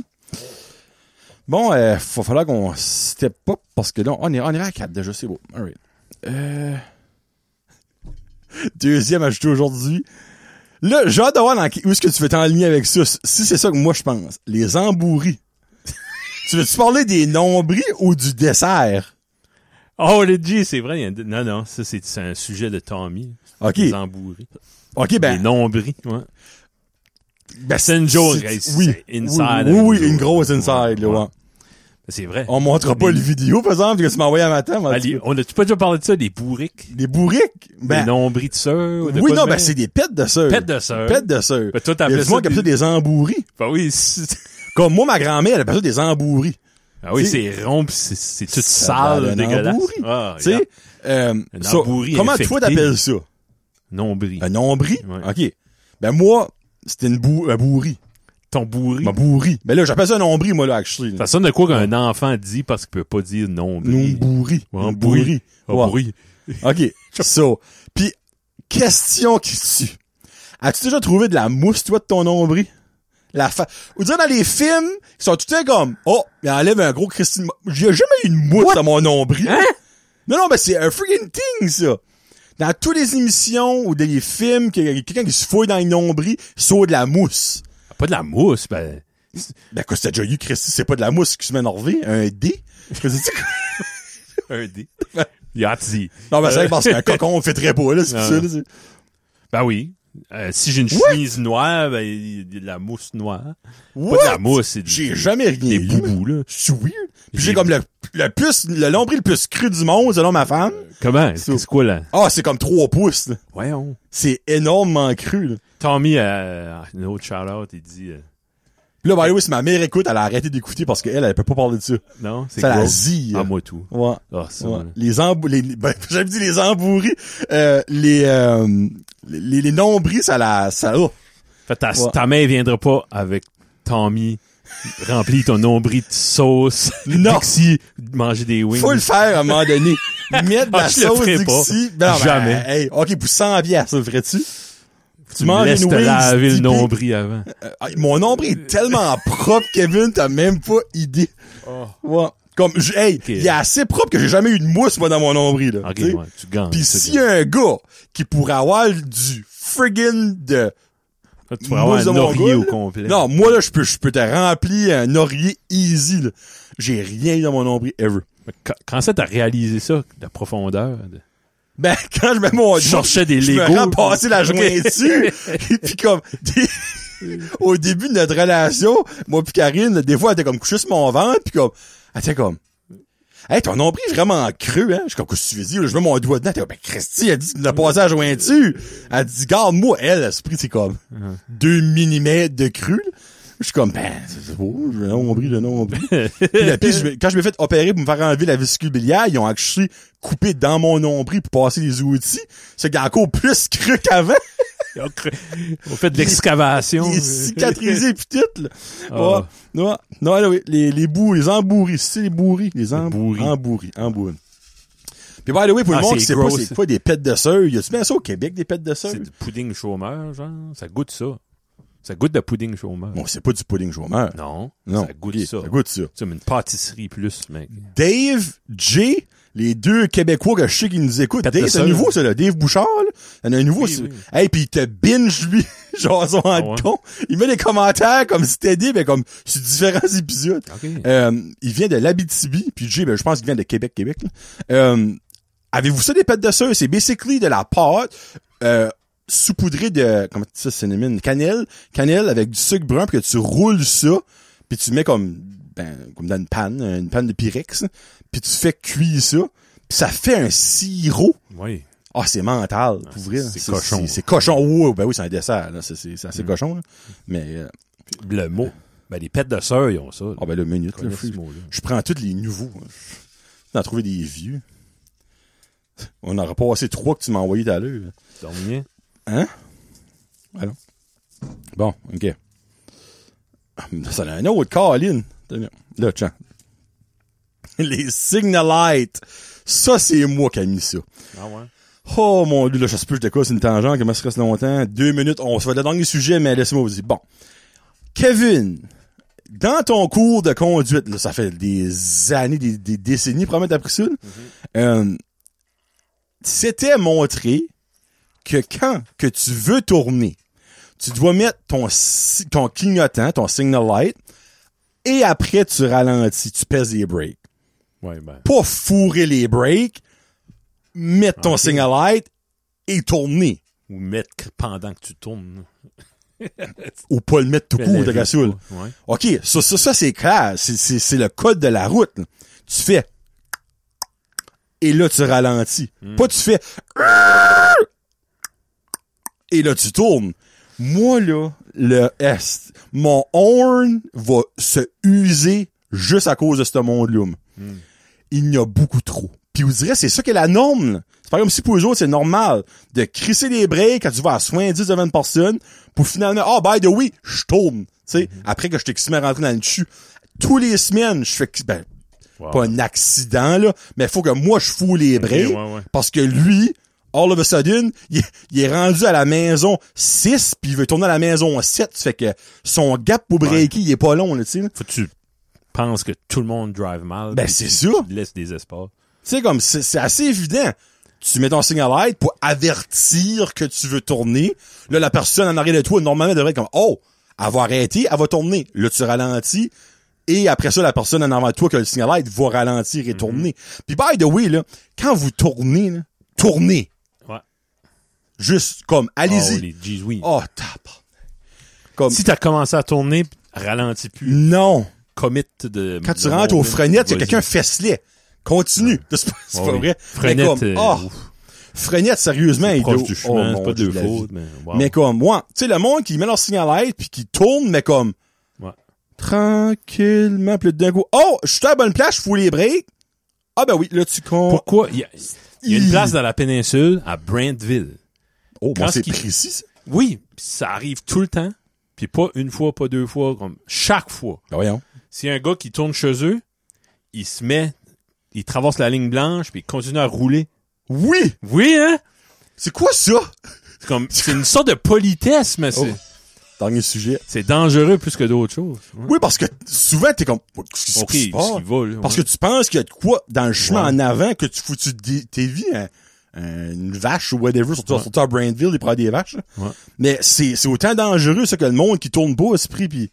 A: Bon, il va falloir qu'on step up parce que là, on est, on est à 4 déjà, c'est beau. All right. Euh, Deuxième ajouté aujourd'hui. Là, j'ai hâte de voir dans qui- où est-ce que tu veux t'enligner avec ça. Si c'est ça que moi je pense. Les embourris. tu veux-tu parler des nombris ou du dessert?
B: Oh, le G, c'est vrai. il y a un- Non, non, ça, c'est c'est un sujet de Tommy.
A: OK.
B: Les embourris.
A: OK,
B: Les
A: ben,
B: nombris. Ouais.
A: ben,
B: C'est une joke,
A: c'est-
B: guys.
A: Oui.
B: C'est inside.
A: Oui, oui,
B: joke.
A: une grosse inside, là,
B: Ouais.
A: ouais.
B: C'est vrai.
A: On montrera pas
B: Les-
A: le vidéo, par exemple, parce que tu m'as envoyé un matin. moi,
B: Ah,
A: tu-
B: les- on a-tu pas déjà parlé de ça, les bourriques?
A: Des bourriques?
B: les
A: Ben,
B: nombris de sœurs? ou de
A: oui,
B: quoi de
A: non,
B: même?
A: ben, c'est des pètes de sœurs.
B: Pètes de sœurs.
A: Pètes de sœurs.
B: Ben, toi,
A: Il y a
B: t'appelais
A: du
B: ça
A: monde qui
B: des...
A: appelle ça des embourris.
B: Ben oui, c'est-
A: Comme moi, ma grand-mère, elle appelle ça des embourris.
B: Ah oui,
A: T'sais,
B: c'est rond, pis c'est- c'est tout
A: Ça
B: sale,
A: donne un
B: dégueulasse.
A: embourri.
B: Ah,
A: Tu sais,
B: regarde,
A: euh,
B: Un
A: ça,
B: embourri
A: comment
B: infecté.
A: toi t'appelles ça?
B: nombril.
A: Un nombril?
B: Ouais.
A: OK. Ben moi, c'était une bou un bourri.
B: Ton bourri.
A: Ma bourri. Ben là, j'appelle ça un nombril, moi, là, actually.
B: Ça sonne de quoi qu'un enfant dit parce qu'il peut pas dire nombril.
A: Une bourri.
B: Ouais,
A: Une
B: un bourri.
A: bourri.
B: Ah,
A: Ouais.
B: bourri.
A: OK. So, puis question qui tue. As-tu déjà trouvé de la mousse toi de ton nombril La fa... Ou dire dans les films, ils sont tout le temps comme "Oh, il enlève un gros Christine." Mo- J'ai jamais eu une mousse à mon nombril.
B: Hein?
A: Non non, mais c'est un freaking thing ça. Dans toutes les émissions ou dans les films, qu'il y a quelqu'un qui se fouille dans les nombrils, saute de la mousse.
B: Ah, Pas de la mousse, ben.
A: Ben, quoi, si t'as déjà eu, Christy, c'est pas de la mousse qui se met en Norvée, un dé? Que c'est-
B: Un dé. Yahtzee.
A: non, ben, c'est parce qu'un cocon fait très beau, là, c'est
B: Non,
A: ça,
B: non.
A: là, c'est-
B: Ben oui. Euh, si j'ai une
A: What?
B: chemise noire, ben, il y a de la mousse noire. Pas de
A: What?
B: la mousse, c'est du-
A: J'ai jamais rien
B: des
A: eu.
B: boubous, là.
A: C'est weird. Puis
B: J'ai-
A: j'ai comme le, le plus, le lombril le plus cru du monde, selon ma femme.
B: Comment?
A: So-
B: C'est quoi, là?
A: Ah, c'est comme 3 pouces, là.
B: Voyons.
A: C'est énormément cru, là.
B: Tommy, euh, une autre shout-out, il dit, euh,
A: Puis là, by the way, si ma mère écoute, elle a arrêté d'écouter parce qu'elle, elle peut pas parler de ça.
B: non? C'est
A: Ça la
B: gross.
A: zille.
B: Ah, moi tout.
A: Ouais.
B: Ah, ça,
A: Ouais.
B: là.
A: Les embou... les, les- ben, j'avais dit les embouris, euh, les, euh, les, les nombrils, ça la, ça, oh.
B: Fait ta,
A: Ouais.
B: ta mère viendra pas avec Tommy, remplis ton nombril de sauce.
A: Non.
B: Dixie, manger des wings.
A: Faut le faire à un moment donné. Mettre de
B: Ah,
A: la
B: je le
A: sauce
B: ferai pas.
A: Dixie. Ben non, ben,
B: Jamais.
A: hey, ok, pour 100 bières, ça le ferais-tu?
B: tu
A: manges
B: me laisses
A: une
B: te
A: wings
B: laver le
A: typique.
B: nombril avant.
A: Euh, ah, mon nombre est tellement propre, Kevin, t'as même pas idée. Ouais. Comme, je- hey, il est assez propre que j'ai jamais eu de mousse, moi, dans mon nombril, là.
B: Ok,
A: tu sais.
B: ouais, tu gagnes.
A: Pis
B: tu
A: si y
B: gagnes.
A: a un gars qui pourrait avoir du friggin' de
B: Fait que Tu vas avoir
A: mousse de
B: un oreiller
A: Mongole,
B: au
A: là.
B: complet.
A: Non, moi, là, je peux, je peux te remplir un oreiller easy, là. J'ai rien dans mon nombril, ever.
B: Quand, quand ça t'as réalisé ça, la profondeur? de-
A: Ben, quand je mets mon...
B: Je cherchais des
A: Je me
B: Legos.
A: rends passer la
B: Ok.
A: journée dessus. Et puis comme... des- Au début de notre relation, moi puis Karine, des fois, elle était comme couchée sur mon ventre, puis comme... Elle était comme... Hey, ton nombril est vraiment creux, hein? Je suis comme, qu'est-ce que tu veux dire? là? Je mets mon doigt dedans. T'es comme, ben, Christy, elle dit, tu me l'as passé à la jointure. Elle dit, garde-moi, elle, à ce prix, c'est comme, deux millimètres de cru, là. Je suis comme, ben, c'est beau, le nombril, le nombril. Puis la pire, je me- quand je m'ai fait opérer pour me faire enlever la vésicule biliaire, ils ont actually coupé dans mon nombril pour passer les outils. C'est qu'il y a encore plus cru qu'avant.
B: On cr- on fait de l'excavation.
A: Il est cicatrisé pis tout, là.
B: Ah.
A: Ouais. Non, non, là, oui. Les, les bouts, les embourris. C'est les bourris. Les em-
B: bourris.
A: embourris. Embourris. Pis by the way, pour
B: Ah,
A: le monde
B: c'est
A: qui sait pas
B: gross.
A: c'est quoi des pètes de seuil, y a-tu bien ça au Québec, des pètes de seuil?
B: C'est du pudding chômeur, genre. Ça goûte ça. Ça goûte de pudding chômeur.
A: Bon, c'est pas du pudding chômeur.
B: Non,
A: Non.
B: Ça goûte
A: Ok,
B: ça.
A: Ça goûte ça.
B: C'est comme une pâtisserie plus, mec.
A: Dave, Jay, les deux Québécois que je sais qui nous écoutent.
B: Pète
A: Dave,
B: de
A: c'est un
B: seul.
A: nouveau, ça, là. Dave Bouchard, là. Il y en a un nouveau.
B: Oui,
A: c'est-
B: oui. Ah
A: Hey, puis il te binge, lui. Genre, son
B: ouais?
A: con. Il met des commentaires comme si t'étais dit, mais comme sur différents épisodes.
B: OK.
A: Euh, il vient de l'Abitibi, puis Jay, ben, je pense qu'il vient de Québec, Québec. là. Euh, Avez-vous ça des pâtes de seuil? C'est basically de la pâte euh, saupoudrée de comment tu dis ça, cinnamon, cannelle, cannelle avec du sucre brun, puis que tu roules ça, puis tu mets comme ben, comme dans une panne, une panne de pyrex, hein, puis tu fais cuire ça, puis ça fait un sirop.
B: oui.
A: Ah, c'est mental, pour vrai.
B: Ah, c'est cochon. Mm.
A: C'est cochon. Wow, ben oui, c'est un dessert. là. C'est c'est- c'est assez cochon. là. Mais, euh,
B: Le mot. Ben, les pètes de sœur, ils ont ça.
A: ah ben là, minute,
B: Connais
A: là,
B: ce
A: je-
B: mot-là.
A: je prends tous les nouveaux. hein. Je- D'en trouver des vieux. On n'aura pas assez trois que tu m'as envoyé tout à l'heure.
B: Dormier.
A: Hein? Alors. Bon, ok. Ah, mais Ça en a un autre, Caroline. Là, tiens. Les Signalites. Ça, c'est moi qui ai mis ça.
B: Ah ouais.
A: Oh mon dieu, là, je sais plus, je décolle, c'est une tangente, comment ça reste longtemps? Deux minutes, on se fait le dernier sujet, mais laissez-moi vous dire. Bon. Kevin, dans ton cours de conduite, là, ça fait des années, des, des décennies, probablement, que t'as appris ça, là. Euh, c'était montré que quand que tu veux tourner, tu dois mettre ton, si- ton clignotant, ton signal light, et après, tu ralentis, tu pèses les breaks
B: Ouais, ben.
A: pas fourrer les breaks, mettre ton
B: Ok.
A: signal light et tourner.
B: Ou mettre que- pendant que tu tournes.
A: Ou pas le mettre tout court de gassoul.
B: Ouais.
A: OK, ça, ça, ça c'est clair. C'est- C'est c'est le code de la route. là. Tu fais... Et là, tu ralentis. Pas tu fais... Et là, tu tournes. Moi, là, le Est, mon horn va se user juste à cause de ce monde-là. Il y en a beaucoup trop. Puis vous direz, c'est ça qui est la norme. là. C'est pas comme si pour eux autres, c'est normal de crisser les breaks quand tu vas à 70 de 20 personnes pour finalement, ah, by the way, je tourne. Tu sais, après que je t'ai quasiment rentré dans le chu. Tous les semaines, je fais, ben,
B: Wow.
A: pas un accident, là, mais faut que moi, je fous les breaks
B: ouais, ouais.
A: parce que lui, all of a sudden, il, est- il est rendu à la maison 6 puis il veut tourner à la maison 7. Ça fait que son gap pour breaker, il est pas long, là, tu sais. là.
B: Faut que tu penses que tout le monde drive mal.
A: Ben,
B: puis
A: c'est
B: tu-
A: ça.
B: Tu laisses des espaces.
A: Tu sais, comme, c'est c'est assez évident. Tu mets ton signal light pour avertir que tu veux tourner. Là, la personne en arrière de toi, normalement, devrait être comme, oh, elle va arrêter, elle va tourner. Là, tu ralentis. Et après ça, la personne en avant de toi que le signal light va ralentir
B: Mm-hmm.
A: et tourner. Puis, by the way, là, quand vous tournez, là, tournez.
B: Ouais.
A: Juste comme, allez-y.
B: Oh, les G's, oui.
A: Oh, tape. Comme,
B: Si t'as commencé à tourner, ralentis plus.
A: non.
B: Commit de.
A: Quand tu
B: de
A: rentres aux
B: monter,
A: frenettes, il y a
B: vas-y.
A: quelqu'un fesselet. Continue. C'est pas, c'est
B: Ouais,
A: pas
B: oui.
A: vrai.
B: Freinette,
A: mais
B: euh,
A: comme, oh,
B: ouf,
A: freinette, sérieusement, il
B: proche
A: doit-
B: du
A: oh,
B: chemin,
A: mon
B: c'est pas
A: Dieu
B: deux
A: de la vie.
B: fautes, mais wow.
A: Mais comme, moi, tu sais, le monde qui met leur signal light puis qui tourne, mais comme,
B: Ouais.
A: tranquillement, plus d'un coup, oh, je suis à la bonne place, je fous les breaks. Ah, ben oui, là, tu comptes.
B: Pourquoi? Il y, a- il y a une place dans la péninsule à Brantville.
A: Oh,
B: Quand
A: bon, c'est
B: ce qui-
A: précis, ça.
B: Oui, pis ça arrive tout le temps. Puis pas une fois, pas deux fois, comme chaque fois.
A: Ben voyons.
B: Si un gars qui tourne chez eux, il se met, il traverse la ligne blanche, puis il continue à rouler.
A: Oui!
B: Oui, hein?
A: C'est quoi ça?
B: C'est comme, c'est une sorte de politesse, mais c'est,
A: Oh. Dernier sujet.
B: c'est dangereux plus que d'autres choses. Ouais.
A: Oui, parce que souvent, t'es comme, qu'est-ce qui se
B: Ok, ce qu'il
A: passe?
B: va, là,
A: Parce
B: ouais.
A: que tu penses qu'il y a de quoi dans le chemin
B: Ouais.
A: en avant que tu foutu des- tes vies hein, euh, une vache ou whatever, surtout, surtout à Brandville, il prend des vaches. là.
B: Ouais.
A: Mais c'est c'est autant dangereux ça que le monde qui tourne beau esprit puis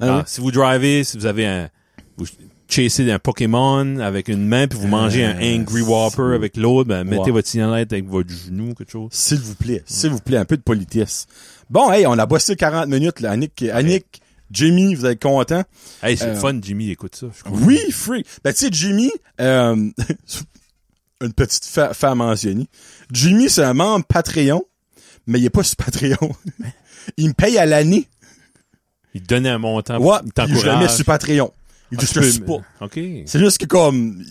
B: Ah,
A: hein,
B: Si vous drivez, si vous avez un, vous chassez un Pokémon avec une main, puis vous mangez un
A: Euh,
B: Angry Whopper avec l'autre, ben, mettez
A: Ouais.
B: votre signalette avec votre genou, quelque chose.
A: s'il vous plaît, s'il vous plaît, un peu de politesse. Bon, hey, on a bossé 40 minutes là, Annick, Annick, Jimmy, vous êtes contents?
B: Hey, c'est
A: Euh,
B: fun, Jimmy, écoute ça. je crois.
A: Oui, free. Ben, tu sais, Jimmy, euh, une petite fa femme mentionnée. Jimmy, c'est un membre Patreon, mais il est pas sur Patreon. il me paye à l'année.
B: Il te donnait un montant.
A: Ouais,
B: il
A: puis je le mets sur Patreon. Il
B: Ah,
A: dit,
B: tu
A: je
B: peux-
A: le supporte.
B: OK.
A: C'est juste que comme,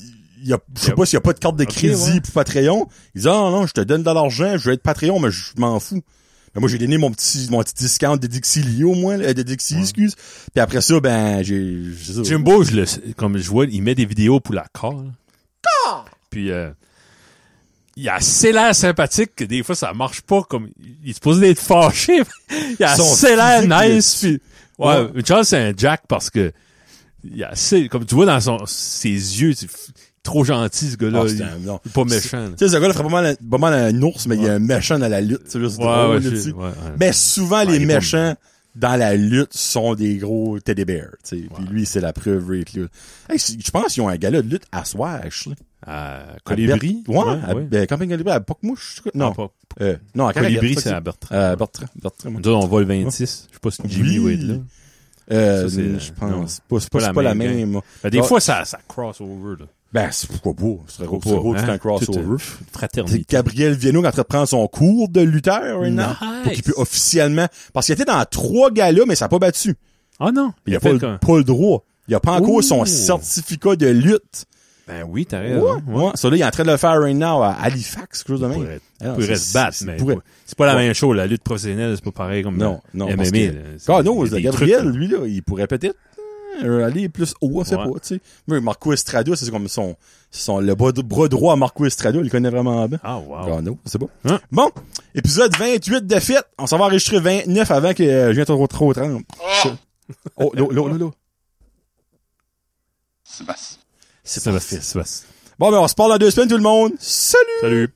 A: il y a, je sais pas s'il y a pas de carte de
B: Ok,
A: crédit
B: ouais.
A: pour Patreon. Il dit, ah non, je te donne de l'argent, je vais être Patreon, mais je m'en fous. Mais moi, j'ai donné mon petit, mon petit discount de Dixie Lio, au moins, euh, de Dixie, excuse. Puis après ça, ben, j'ai, je sais pas.
B: Jimbo, je le, comme je vois, il met des vidéos pour la car. là. Puis, euh, il a assez l'air sympathique que des fois, ça marche pas comme, il est supposé être fâché. il a
A: Son
B: assez l'air
A: physique,
B: nice.
A: il est-
B: Puis, ouais,
A: Ouais.
B: une chance, c'est un Jack parce que, il a assez, comme tu vois dans son, ses yeux, c'est f- trop gentil, ce gars-là.
A: Ah, c'est
B: il,
A: un- non.
B: il est pas méchant. là.
A: Tu sais, ce gars-là ferait pas mal, un- pas mal un ours, mais il y a un méchant dans la lutte. C'est juste
B: Ouais,
A: drôle,
B: ouais,
A: là,
B: je-
A: tu sais.
B: ouais, ouais.
A: Mais souvent,
B: Ouais,
A: les
B: il est pas-
A: méchants dans la lutte sont des gros teddy bears. tu sais. Puis lui, c'est la preuve. Rick, là. Hey, c'est- je pense qu'ils ont un gala de lutte à soir, actually.
B: À
A: À
B: Colibri.
A: Ber- Ouais, à- ben, Camping Colibri, à Pocmouche. Non,
B: Non, pas.
A: euh, non, à
B: Colibri,
A: Caraguette,
B: c'est
A: ça,
B: à Bertrand.
A: Euh, Bertrand, Bertrand.
B: Nous autres, on va le 26. Je sais pas si Jimmy
A: Oui.
B: Wade là.
A: Euh,
B: Ça, c'est-
A: je
B: non.
A: pense. Pas- C'est pas, c'est pas la même. moi.
B: Ben, des
A: Ah,
B: fois, ça, ça cross over. Là.
A: Ben, c'est pourquoi pas. C'est pourquoi
B: Pourquoi
A: pas,
B: pas,
A: c'est
B: hein?
A: un crossover.
B: Tout, euh,
A: C'est
B: Fraternité.
A: Gabriel Vienno qui est en train de prendre son cours de lutteur right now,
B: Nice.
A: pour qu'il puisse officiellement parce qu'il était dans trois galas mais ça n'a pas battu.
B: Ah non.
A: Il a
B: fait
A: pas, le-
B: comme-
A: pas le droit. Il a pas encore
B: Ouh.
A: son certificat de lutte.
B: Ben oui, t'as
A: Ouais,
B: raison.
A: ouais. Ça là, il est en train de le faire right now à Halifax, quelque chose de
B: Il
A: même.
B: pourrait,
A: Ah non,
B: il pourrait
A: c'est-
B: se battre,
A: c'est-
B: mais
A: pourrait-
B: pas- c'est pas la
A: Ouais.
B: même chose. La lutte professionnelle, c'est pas pareil comme
A: Non,
B: la-
A: non.
B: MMA.
A: parce que-
B: là. C'est-
A: Ah
B: il
A: non,
B: y a des
A: Gabriel,
B: trucs, là.
A: lui, là, il pourrait peut-être euh, aller plus haut, on sait
B: Ouais.
A: pas, tu sais. Mais Marco Estrada, c'est comme son, son, le bras bras droit à Marco Estrada, il le connaît vraiment bien.
B: Ah wow.
A: Gano, c'est bon.
B: Hein?
A: Bon, épisode 28 de fête. On s'en va enregistrer 29 avant que euh, je vienne trop trop trempe.
B: Ah!
A: Oh, l'eau, l'eau, l'eau, l'eau.
C: Sébastien.
B: Sébastien. Sébastien.
A: Bon, ben, on se parle dans deux semaines, tout le monde. Salut!
B: Salut.